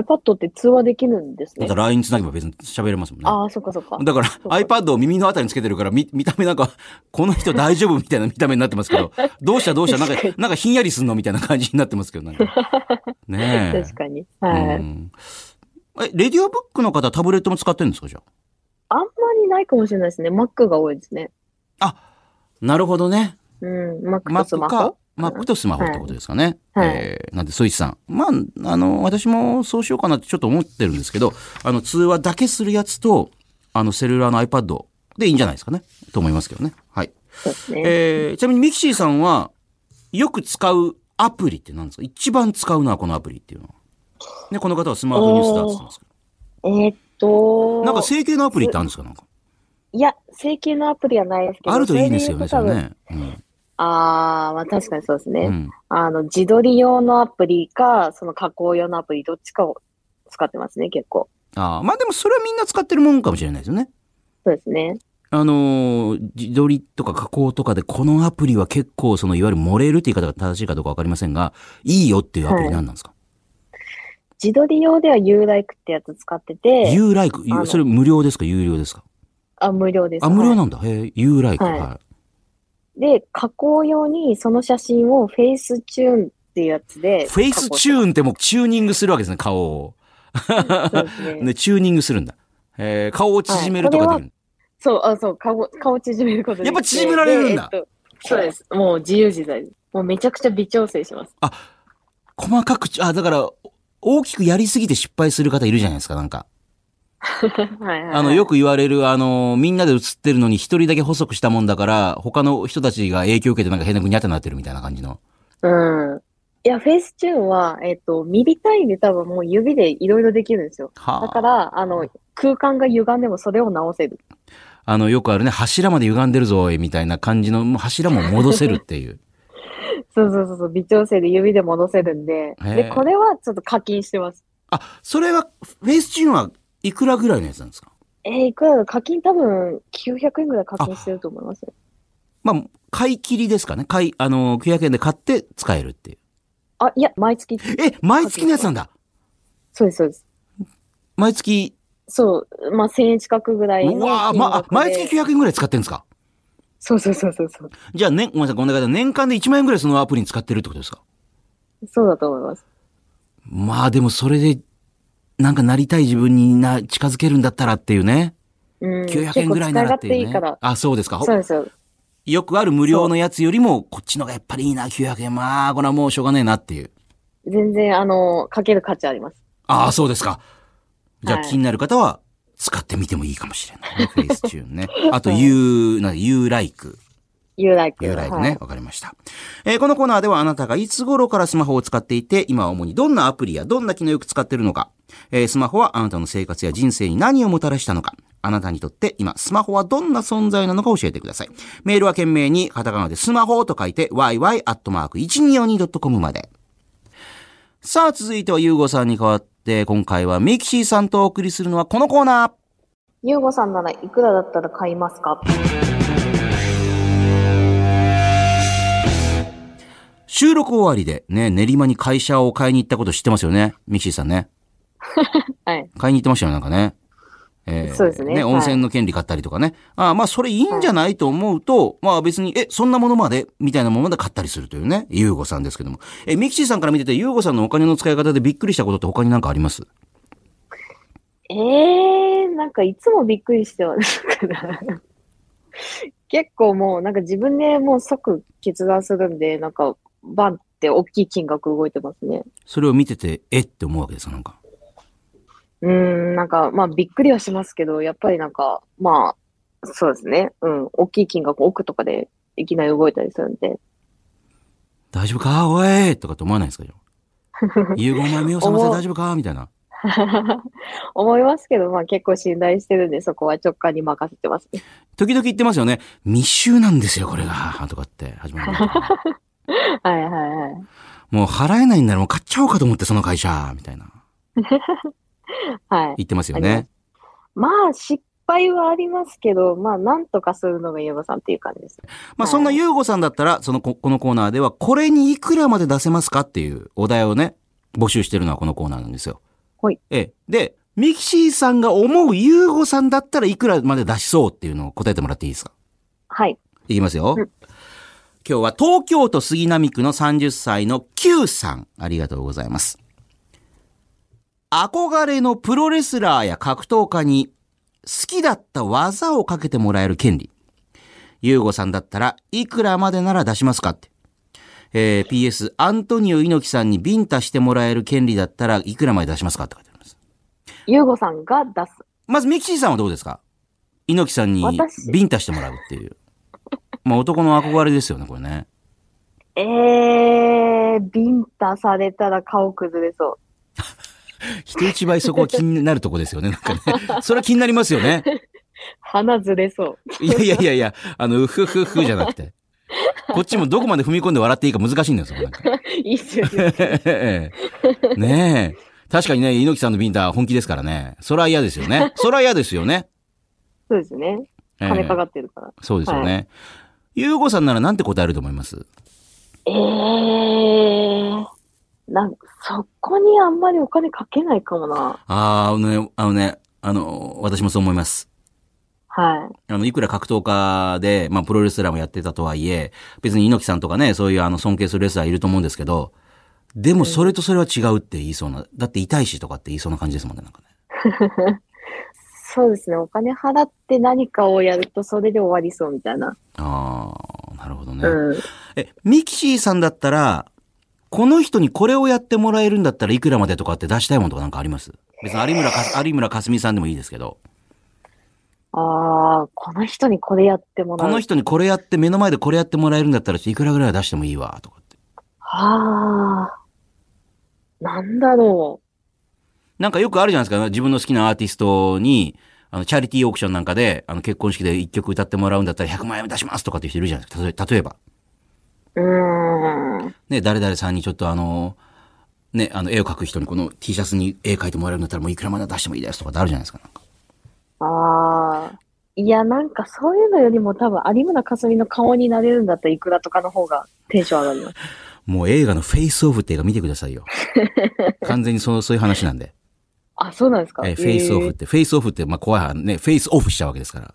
Speaker 4: iPad って通話できるんです
Speaker 1: だっ
Speaker 4: ね
Speaker 1: て。LINE つなげば別に喋れますもんね。
Speaker 4: ああ、そっかそっか。
Speaker 1: だから
Speaker 4: うか
Speaker 1: iPad を耳のあたりにつけてるから、見、見た目なんか、この人大丈夫みたいな見た目になってますけ ど、どうしたどうしたなんか、なんかひんやりすんのみたいな感じになってますけど、なん か。ねえ。
Speaker 4: 確かに。はい、
Speaker 1: うんえ、レディオブックの方タブレットも使ってるんですかじゃ
Speaker 4: あんまりないかもしれないですね。Mac が多いですね。
Speaker 1: あ。あ、なるほどね。
Speaker 4: うん、Mac
Speaker 1: マッ
Speaker 4: とス
Speaker 1: プ
Speaker 4: マ
Speaker 1: か
Speaker 4: ホ。、
Speaker 1: マップとスマホってことですかね。
Speaker 4: はい
Speaker 1: えーなんで、ソイチさん。まあ、あの、私もそうしようかなってちょっと思ってるんですけど、あの、通話だけするやつと、あの、セルラーの iPad でいいんじゃないですかね。と思いますけどね。はい。
Speaker 4: そうですね。
Speaker 1: えーちなみにミキシーさんは、よく使うアプリって何ですか一番使うのはこのアプリっていうのは。ね、この方はスマートニュースだって言ってますけ
Speaker 4: えーっと、
Speaker 1: ど。なんか整形のアプリってあるんですかなんか。
Speaker 4: いや、整形のアプリはないですけど、
Speaker 1: あるといいですよね、
Speaker 4: そ
Speaker 1: そ
Speaker 4: れ
Speaker 1: れ
Speaker 4: で言うと多分
Speaker 1: ね。うん。
Speaker 4: ああ、まあ確かにそうですね。
Speaker 1: うん。
Speaker 4: あの、自撮り用のアプリか、その加工用のアプリ、どっちかを使ってますね、結構。
Speaker 1: ああ、まあでもそれはみんな使ってるもんかもしれないですよね。
Speaker 4: そうですね。
Speaker 1: あのー自撮りとか加工とかで、このアプリは結構、その、いわゆる漏れるって言い方が正しいかどうかわかりませんが、いいよっていうアプリ何なんですか、
Speaker 4: 自撮り用では Ulike ってやつ使ってて、
Speaker 1: ?You like?
Speaker 4: あの
Speaker 1: それ無料ですか有料ですか
Speaker 4: あ、無料です。
Speaker 1: あ、無料
Speaker 4: は
Speaker 1: なんだ。へえ、You like? は。
Speaker 4: はいいいで、加工用にその写真を Facetune っていうやつで。
Speaker 1: フェイスチューンってもうチューニングするわけですね、顔を。
Speaker 4: ーンそうですね。
Speaker 1: ね、チューニングするんだ。えー、顔を縮めるとかできる。
Speaker 4: そう、あ、そう、顔、顔縮めることできて
Speaker 1: やっぱ縮められるんだ
Speaker 4: でえっとそうです。もう自由自在です。もうめちゃくちゃ微調整します。
Speaker 1: 細かくち、あ、だから、大きくやりすぎて失敗する方いるじゃないですか、なんか。
Speaker 4: はいはいはい。
Speaker 1: あの、よく言われる、あの、みんなで写ってるのに一人だけ細くしたもんだから、他の人たちが影響を受けてなんか変なぐにゃってなってるみたいな感じの。
Speaker 4: うん。いや、フェイスチューンは、えっと、ミリ単位で多分もう指でいろいろできるんですよ。
Speaker 1: は
Speaker 4: だから、あの、空間が歪んでもそれを直せる。
Speaker 1: あの、よくあるね、柱まで歪んでるぞ、おいみたいな感じの、もう柱も戻せるって いう。
Speaker 4: そうそうそうそう、微調整で指で戻せるんで。
Speaker 1: へえ
Speaker 4: で、これはちょっと課金してます。
Speaker 1: あ、それは、フェイスチューンはいくらぐらいのやつなんですか
Speaker 4: えー、いくらだろう課金多分900円ぐらい課金してると思いますよ。
Speaker 1: まあ、買い切りですかね。買い、あの、900円で買って使えるっていう。
Speaker 4: あ、いや、毎月。
Speaker 1: え、毎月のやつなんだ
Speaker 4: そうです、そうです。
Speaker 1: 毎月、
Speaker 4: そう、まあ、1000円近くぐらいの
Speaker 1: う
Speaker 4: 金
Speaker 1: わー
Speaker 4: 額で。
Speaker 1: まあ、あ毎月900円ぐらい使ってんですか
Speaker 4: そうそうそうそうそう。
Speaker 1: じゃあ年、ごめんなさい、こんな方、年間で1万円ぐらいそのアプリに使ってるってことですか
Speaker 4: そうだと思います。
Speaker 1: まあでもそれで、なんかなりたい自分にな、近づけるんだったらっていうね。
Speaker 4: うん。
Speaker 1: 900円ぐらいならっていう、ね。
Speaker 4: 結構使い勝手いいから。
Speaker 1: あ、そうですか。ほ
Speaker 4: そうですよ。
Speaker 1: よくある無料のやつよりも、こっちのがやっぱりいいな、900円。まあ、これはもうしょうがねえなっていう。
Speaker 4: 全然、あの、かける価値あります。
Speaker 1: ああ、そうですか。じゃあ、
Speaker 4: はい
Speaker 1: 気になる方は、使ってみてもいいかもしれないね。フェイスチューンね。あと、You、なんだ You Like。
Speaker 4: You like.
Speaker 1: ユーライブ
Speaker 4: は
Speaker 1: ね。
Speaker 4: い
Speaker 1: わ、かりました。えーこのコーナーではあなたがいつ頃からスマホを使っていて、今は主にどんなアプリやどんな機能をよく使っているのか、えースマホはあなたの生活や人生に何をもたらしたのか、あなたにとって今スマホはどんな存在なのか教えてください。メールは懸命にカタカナでスマホと書いて yy.1242.com まで。さあ、続いてはゆうごさんに代わって、今回はミキシーさんとお送りするのはこのコーナー。
Speaker 4: ゆうごさんならいくらだったら買いますか
Speaker 1: 収録終わりでね、練馬に会社を買いに行ったこと知ってますよね。ミキシーさんね。
Speaker 4: はい。
Speaker 1: 買いに行ってましたよ、なんかね。え
Speaker 4: そうですねはい
Speaker 1: 温泉の権利買ったりとかね。ああまあ、それいいんじゃないと思うと、まあ別に、え、そんなものまでみたいなものまで買ったりするというね、ユーゴさんですけども。え、ミキシーさんから見てて、ユーゴさんのお金の使い方でびっくりしたことって他になんかあります
Speaker 4: ええー、なんかいつもびっくりしてます から。結構もう、なんか自分でもう即決断するんで、なんか、バンって大きい金額動いてますね。
Speaker 1: それを見てて、えって思うわけですよ、なんか。
Speaker 4: うーん、なんか、まあ、びっくりはしますけど、やっぱりなんか、まあ、そうですね。うん、大きい金額、億とかでいきなり動いたりするんで。
Speaker 1: 大丈夫かおいとかって思わないです かじゃあユーゴお前目を覚ませ
Speaker 4: 思う
Speaker 1: 大丈夫かみたいな。
Speaker 4: 思いますけど、まあ結構信頼してるんで、そこは直感に任せてますね。
Speaker 1: 時々言ってますよね。密集なんですよ、これが。とかって、始 まるのとか。
Speaker 4: はいはいはい。
Speaker 1: もう払えないんならもう買っちゃおうかと思って、その会社。みたいな。
Speaker 4: はい。
Speaker 1: 言ってますよ
Speaker 4: あり
Speaker 1: ね。
Speaker 4: まあ、失敗はありますけど、まあ、なんとかするのがゆうばさんっていう感じです。
Speaker 1: まあ、
Speaker 4: はい
Speaker 1: そんなゆうごさんだったら、そのこ、このコーナーでは、これにいくらまで出せますかっていうお題をね、募集してるのはこのコーナーなんですよ。
Speaker 4: はい。
Speaker 1: ええ。で、ミキシーさんが思うゆうごさんだったらいくらまで出しそうっていうのを答えてもらっていいですか
Speaker 4: はい。
Speaker 1: いきますよ。
Speaker 4: うん
Speaker 1: 今日は東京都杉並区の30歳の Q さん。ありがとうございます。憧れのプロレスラーや格闘家に好きだった技をかけてもらえる権利。ゆうごさんだったらいくらまでなら出しますかって。えー PS、アントニオ猪木さんにビンタしてもらえる権利だったらいくらまで出しますかって書いてあります。
Speaker 4: ゆうごさんが出す。
Speaker 1: まずミキシーさんはどうですか猪木さんに
Speaker 4: 私
Speaker 1: ビンタしてもらうっていう。まあ男の憧れですよね、これね。
Speaker 4: えー、ビンタされたら顔崩れそう。
Speaker 1: 人一倍そこは気になるとこですよね。なんかね。それは気になりますよね。
Speaker 4: 鼻ずれそう。
Speaker 1: いやいやいやいや、あの、うふふふじゃなくて。こっちもどこまで踏み込んで笑っていいか難しいんですよ、 なんか
Speaker 4: いいっ すよね。
Speaker 1: ええねえ。確かにね、猪木さんのビンタは本気ですからね。それは嫌ですよね。それは嫌ですよね。
Speaker 4: そうですね。
Speaker 1: ええ
Speaker 4: 金かかってるから。
Speaker 1: そうですよね。ゆうごさんならなんて答えると思います
Speaker 4: えー、なんか、そこにあんまりお金かけないかもな。
Speaker 1: あーあのね、あのね、あの、私もそう思います。
Speaker 4: は
Speaker 1: あの、いくら格闘家で、まあ、プロレスラーもやってたとはいえ、別に猪木さんとかね、そういうあの、尊敬するレスラーいると思うんですけど、でも、それとそれは違うって言いそうな、だって痛いしとかって言いそうな感じですもんね、なんかね。
Speaker 4: い。そうですね。お金払って何かをやるとそれで終わりそうみたいな。
Speaker 1: ああ、なるほどね。
Speaker 4: うん。
Speaker 1: え、ミキシーさんだったら、この人にこれをやってもらえるんだったらいくらまでとかって出したいものとかなんかあります別に有村か、有村架純さんでもいいですけど、
Speaker 4: ああ、この人にこれやってもら
Speaker 1: こ
Speaker 4: う。
Speaker 1: の人にこれやって、目の前でこれやってもらえるんだったら、いくらぐらいは出してもいいわ、とかって。
Speaker 4: ああ。なんだろ
Speaker 1: なんかよくあるじゃないですか。自分の好きなアーティストに、あの、チャリティーオークションなんかで、あの、結婚式で一曲歌ってもらうんだったら100万円出しますとかっていう人いるじゃないですか。例え例えば。
Speaker 4: う。うーん。
Speaker 1: ね、誰々さんにちょっとあの、ね、あの、絵を描く人にこの T シャツに絵描いてもらえるんだったらもういくらまで出してもいいですとかってあるじゃないですか。なんか
Speaker 4: ああ。いや、なんかそういうのよりも多分、有村架純の顔になれるんだったらいくらとかの方がテンション上がります。
Speaker 1: もう映画のフェイスオフって映画見てください よ。完全にそう、そういう話なんで。
Speaker 4: あ、そうなんですか
Speaker 1: えーフェイスオフっ
Speaker 4: え
Speaker 1: て、フェイスオフって、まあ怖い話ね、フェイスオフしちゃうわけですから。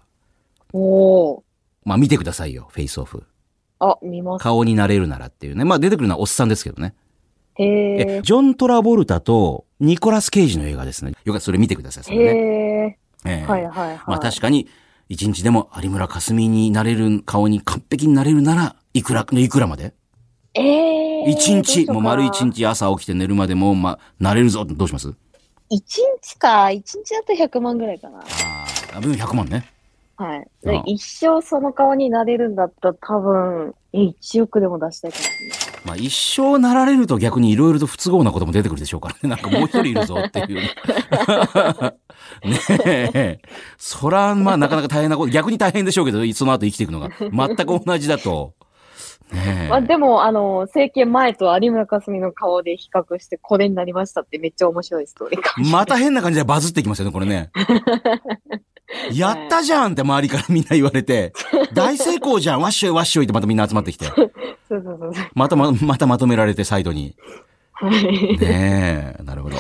Speaker 4: ーおー
Speaker 1: まあ見てくださいよ、フェイスオフ。
Speaker 4: あ、見ます。
Speaker 1: 顔になれるならっていうね。まあ出てくるのはおっさんですけどね。
Speaker 4: へ
Speaker 1: え
Speaker 4: え、。
Speaker 1: ジョン・トラボルタとニコラス・ケイジの映画ですね。よかったらそれ見てください、それね。
Speaker 4: へえ。
Speaker 1: ええ
Speaker 4: はいはいはい。
Speaker 1: まあ確かに、一日でも有村架純になれる、顔に完璧になれるなら、いくら、いくらまで
Speaker 4: ええ。
Speaker 1: 一日、
Speaker 4: どしよか
Speaker 1: もう丸一。日朝起きて寝るまでも、まあ、なれるぞ、どうします
Speaker 4: 一日か。一日だと100万ぐらいかな。
Speaker 1: ああ、100万ね。
Speaker 4: はい。
Speaker 1: あ
Speaker 4: で一生その顔になれるんだったら多分、え、1億でも出したいかもしれない。
Speaker 1: まあ一生なられると逆にいろいろと不都合なことも出てくるでしょう からね。なんかもう一人いるぞっていう。ね え。そら、まあなかなか大変なこと、逆に大変でしょうけど、その後生きていくのが。全く同じだと。ねえ。
Speaker 4: まあ、でも、あの、政権前と有村架純の顔で比較して、これになりましたってめっちゃ面白いストーリーかもしれない。
Speaker 1: また変な感じでバズってきますよね、これ ね。やったじゃんって周りからみんな言われ て、大成功じゃん、わっしょいわっしょいってまたみんな集まってきて、
Speaker 4: そうそうそうそう。
Speaker 1: またま、またまとめられてサイドに。
Speaker 4: はい。
Speaker 1: ねえ、なるほど。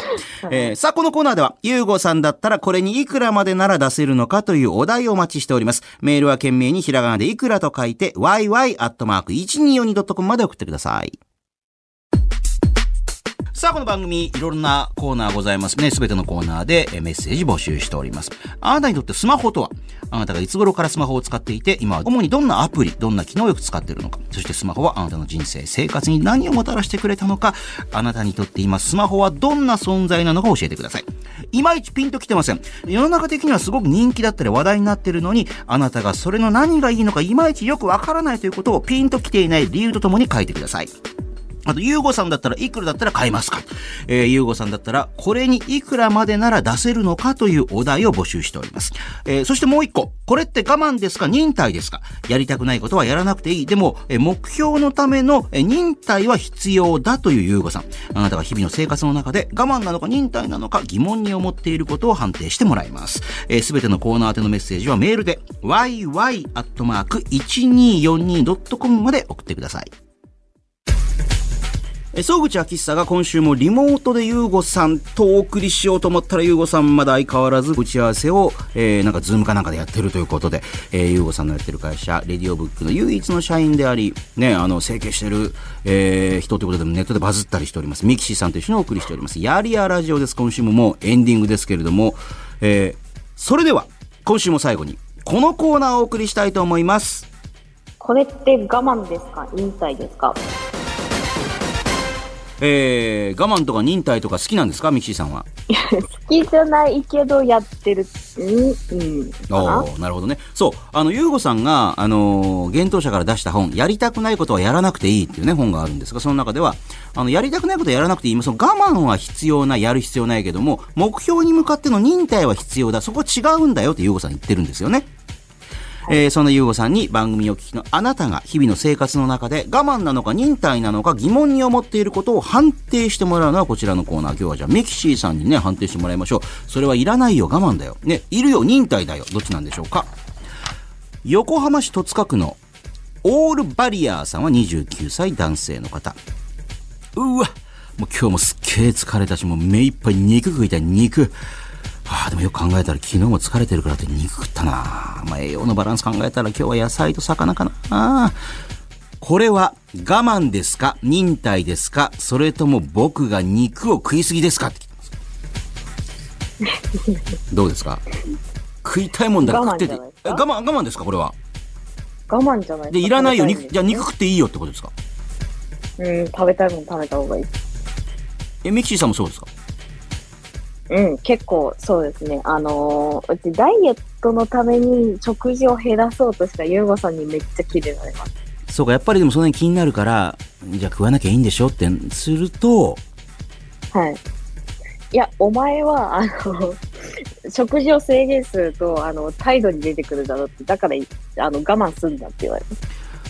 Speaker 1: えーさあ、このコーナーでは、ゆうごさんだったらこれにいくらまでなら出せるのかというお題をお待ちしております。メールは懸命にひらがなでいくらと書いて、yy.1242.com まで送ってください。さあ、この番組、いろんなコーナーございますね。すべてのコーナーでえーメッセージ募集しております。あなたにとってスマホとはあなたがいつ頃からスマホを使っていて、今は主にどんなアプリ、どんな機能をよく使っているのか、そしてスマホはあなたの人生、生活に何をもたらしてくれたのか、あなたにとって今スマホはどんな存在なのか教えてください。いまいちピンときてません。世の中的にはすごく人気だったり話題になってるのに、あなたがそれの何がいいのかいまいちよくわからないということをピンときていない理由とともに書いてください。あと、ゆうごさんだったらいくらだったら買えますかえー、ゆうごさんだったら、これにいくらまでなら出せるのかというお題を募集しております。えー、そしてもう一個。これって我慢ですか忍耐ですかやりたくないことはやらなくていい。でも、えー目標のための、えー忍耐は必要だというゆうごさん。あなたが日々の生活の中で我慢なのか忍耐なのか疑問に思っていることを判定してもらいます。えー、すべてのコーナー宛てのメッセージはメールで、yy.1242.com まで送ってください。えー総口秋久が今週もリモートでゆうごさんとお送りしようと思ったらゆうごさんまだ相変わらず打ち合わせを、えーなんかズームかなんかでやってるということで、えー、ゆうごさんのやってる会社、レディオブックの唯一の社員であり、ね、あの、整形してる、えー人ということでもネットでバズったりしております。ミキシーさんと一緒にお送りしております。やりやラジオです。今週ももうエンディングですけれども、えーそれでは、今週も最後に、このコーナーをお送りしたいと思います。
Speaker 4: これって我慢ですか忍耐ですか
Speaker 1: えー我慢とか忍耐とか好きなんですかミキシーさんは。
Speaker 4: 好きじゃないけどやってる。うん、うん。か
Speaker 1: お
Speaker 4: な
Speaker 1: ーなるほどね。そう。あの、ゆうごさんが、あのー、幻冬者から出した本、やりたくないことはやらなくていいっていうね、本があるんですが、その中では、あの、やりたくないことはやらなくていい。その我慢は必要ない、やる必要ないけども、目標に向かっての忍耐は必要だ。そこ違うんだよってゆうごさん言ってるんですよね。えーそんなゆうごさんに番組を聞きのあなたが日々の生活の中で我慢なのか忍耐なのか疑問に思っていることを判定してもらうのはこちらのコーナー。今日はじゃあミキシーさんにね、判定してもらいましょう。それはいらないよ、我慢だよ。ね、いるよ、忍耐だよ。どっちなんでしょうか横浜市戸塚区のオールバリアーさんは29歳男性の方。うわもう今日もすっげえ疲れたし、もう目いっぱい肉食いたい、肉。はあ、でもよく考えたら昨日も疲れてるからって肉食ったな。まあ栄養のバランス考えたら今日は野菜と魚かな。あーこれは我慢ですか忍耐ですかそれとも僕が肉を食いすぎですかって聞いてます。どう ですか食いたいもんだけ食ってて。
Speaker 4: 我慢じゃないです
Speaker 1: え
Speaker 4: か
Speaker 1: 我慢、我慢ですかこれは。
Speaker 4: 我慢じゃない
Speaker 1: で、いらないよ。肉、じゃあ肉
Speaker 4: 食
Speaker 1: 食っていいよってことですか
Speaker 4: べたいんですよね。うん、食べたいもん食べた方がいい。
Speaker 1: え、ミキシーさんもそうですか
Speaker 4: うん、結構そうですね。あのーうちダイエットのために食事を減らそうとしたゆうごさんにめっちゃキレられます。
Speaker 1: そうか、やっぱりでもその辺気になるから、じゃあ食わなきゃいいんでしょってすると、
Speaker 4: はい。いや、お前は、あの、食事を制限すると、あの、態度に出てくるだろうって、だから、あの、我慢すんだって言われて。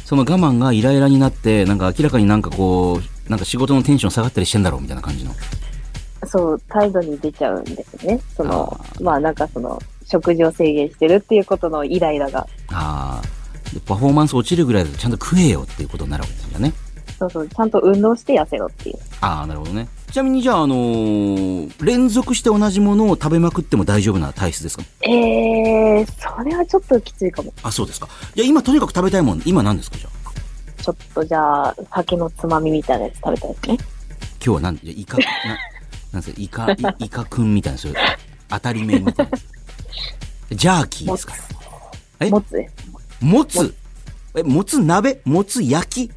Speaker 1: その我慢がイライラになって、なんか明らかになんかこう、なんか仕事のテンション下がったりしてんだろうみたいな感じの。
Speaker 4: そう、態度に出ちゃうんですよね。その
Speaker 1: あ、
Speaker 4: まあ、なんかその、食事を制限してるっていうことのイライラが、
Speaker 1: ああ。でパフォーマンス落ちるぐらいだとちゃんと食えよっていうことになるわけですよね。
Speaker 4: そうそう、ちゃんと運動して痩せろっていう。
Speaker 1: ああ、なるほどね。ちなみにじゃあ、あのー連続して同じものを食べまくっても大丈夫な体質ですか
Speaker 4: えー、それはちょっときついかも。
Speaker 1: あ、そうですか。じゃあ今とにかく食べたいもん、今何ですかじゃあ。
Speaker 4: ちょっとじゃあ、酒のつまみみたいなやつ食べたいですね。
Speaker 1: 今日は何じゃあイカ、な、なんですかイカ、イイカくんみたいな、そういう、当たり面みたいなやつ。ジャーキーですかえ
Speaker 4: もつです。
Speaker 1: もつ。え、もつ鍋もつ焼き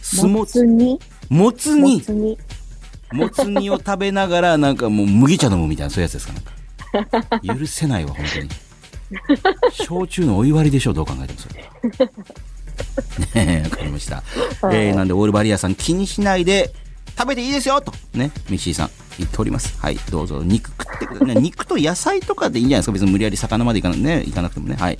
Speaker 1: すも
Speaker 4: も
Speaker 1: つ
Speaker 4: つ、煮
Speaker 1: もつ
Speaker 4: も
Speaker 1: 煮
Speaker 4: つ煮
Speaker 1: もつ煮を食べながら、なんかもう麦茶飲むみたいな、そういうやつですかなんか。許せないわ、本当に。焼酎のお湯割りでしょ、どう考えてもそれは。ねえ、わかりました。えーなんで、オールバリアさん気にしないで、食べていいですよと、ね、ミッシーさん言っております。はい、どうぞ、肉食ってください。ね肉と野菜とかでいいんじゃないですか。別に無理やり魚までいかな,、ね、いかなくてもね。はい。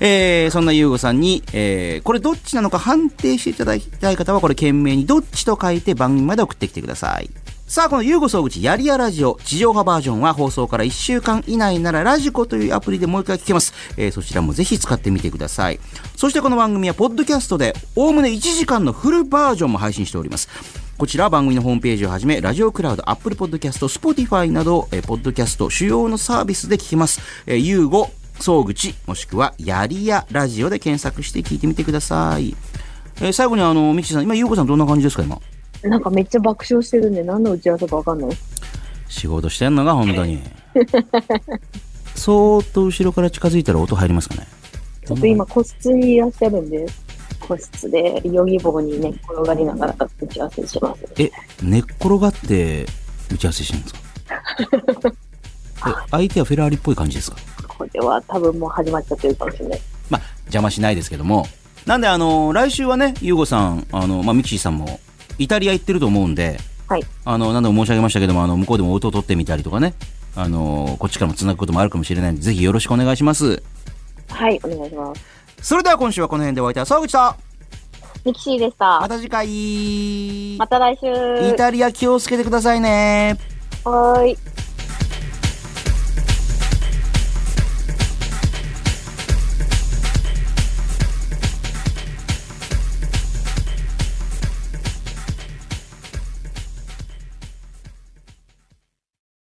Speaker 1: えーそんなユーゴさんに、えーこれどっちなのか判定していただきたい方は、これ懸命にどっちと書いて番組まで送ってきてください。さあ、このユーゴ総口やりやラジオ、地上波バージョンは放送から1週間以内ならラジコというアプリでもう一回聞けます。えーそちらもぜひ使ってみてください。そしてこの番組はポッドキャストで、おおむね1時間のフルバージョンも配信しております。こちらは番組のホームページをはじめ、ラジオクラウド、アップルポッドキャスト、スポティファイなど、えーポッドキャスト主要のサービスで聞きます。えー、ユーゴ、総口、もしくは、やりやラジオで検索して聞いてみてください。えー最後にあの、ミキシさん、今、ゆうこさんどんな感じですか、今。
Speaker 4: なんかめっちゃ爆笑してるんで、何の打ち合わせかわかんない。
Speaker 1: 仕事してんのが、本当 に。そーっと後ろから近づいたら音入りますかね。
Speaker 4: ちょっと今、個室にいらっしゃるんで、個室でヨギボーに寝っ転がりながら打ち合わせします。
Speaker 1: え、寝っ転がって打ち合わせしてるんです かえ相手はフェラーリっぽい感じですか
Speaker 4: これは多分もう始まっちゃってるかもしれない。
Speaker 1: まあ、邪魔しないですけども。なんで、あの、来週はね、ゆうごさん、あの、まあ、ミキシーさんも、イタリア行ってると思うんで、
Speaker 4: はい。
Speaker 1: あの、何度も申し上げましたけども、あの、向こうでも音を取ってみたりとかね、あの、こっちからも繋ぐこともあるかもしれないんで、ぜひよろしくお願いします。
Speaker 4: はい、お願いします。
Speaker 1: それでは今週はこの辺でお会いいたい。沢口と、
Speaker 4: ミキシーでし
Speaker 1: ま
Speaker 4: た。
Speaker 1: た次回、
Speaker 4: また来週。
Speaker 1: イタリア気をつけてくださいね。
Speaker 4: はーい。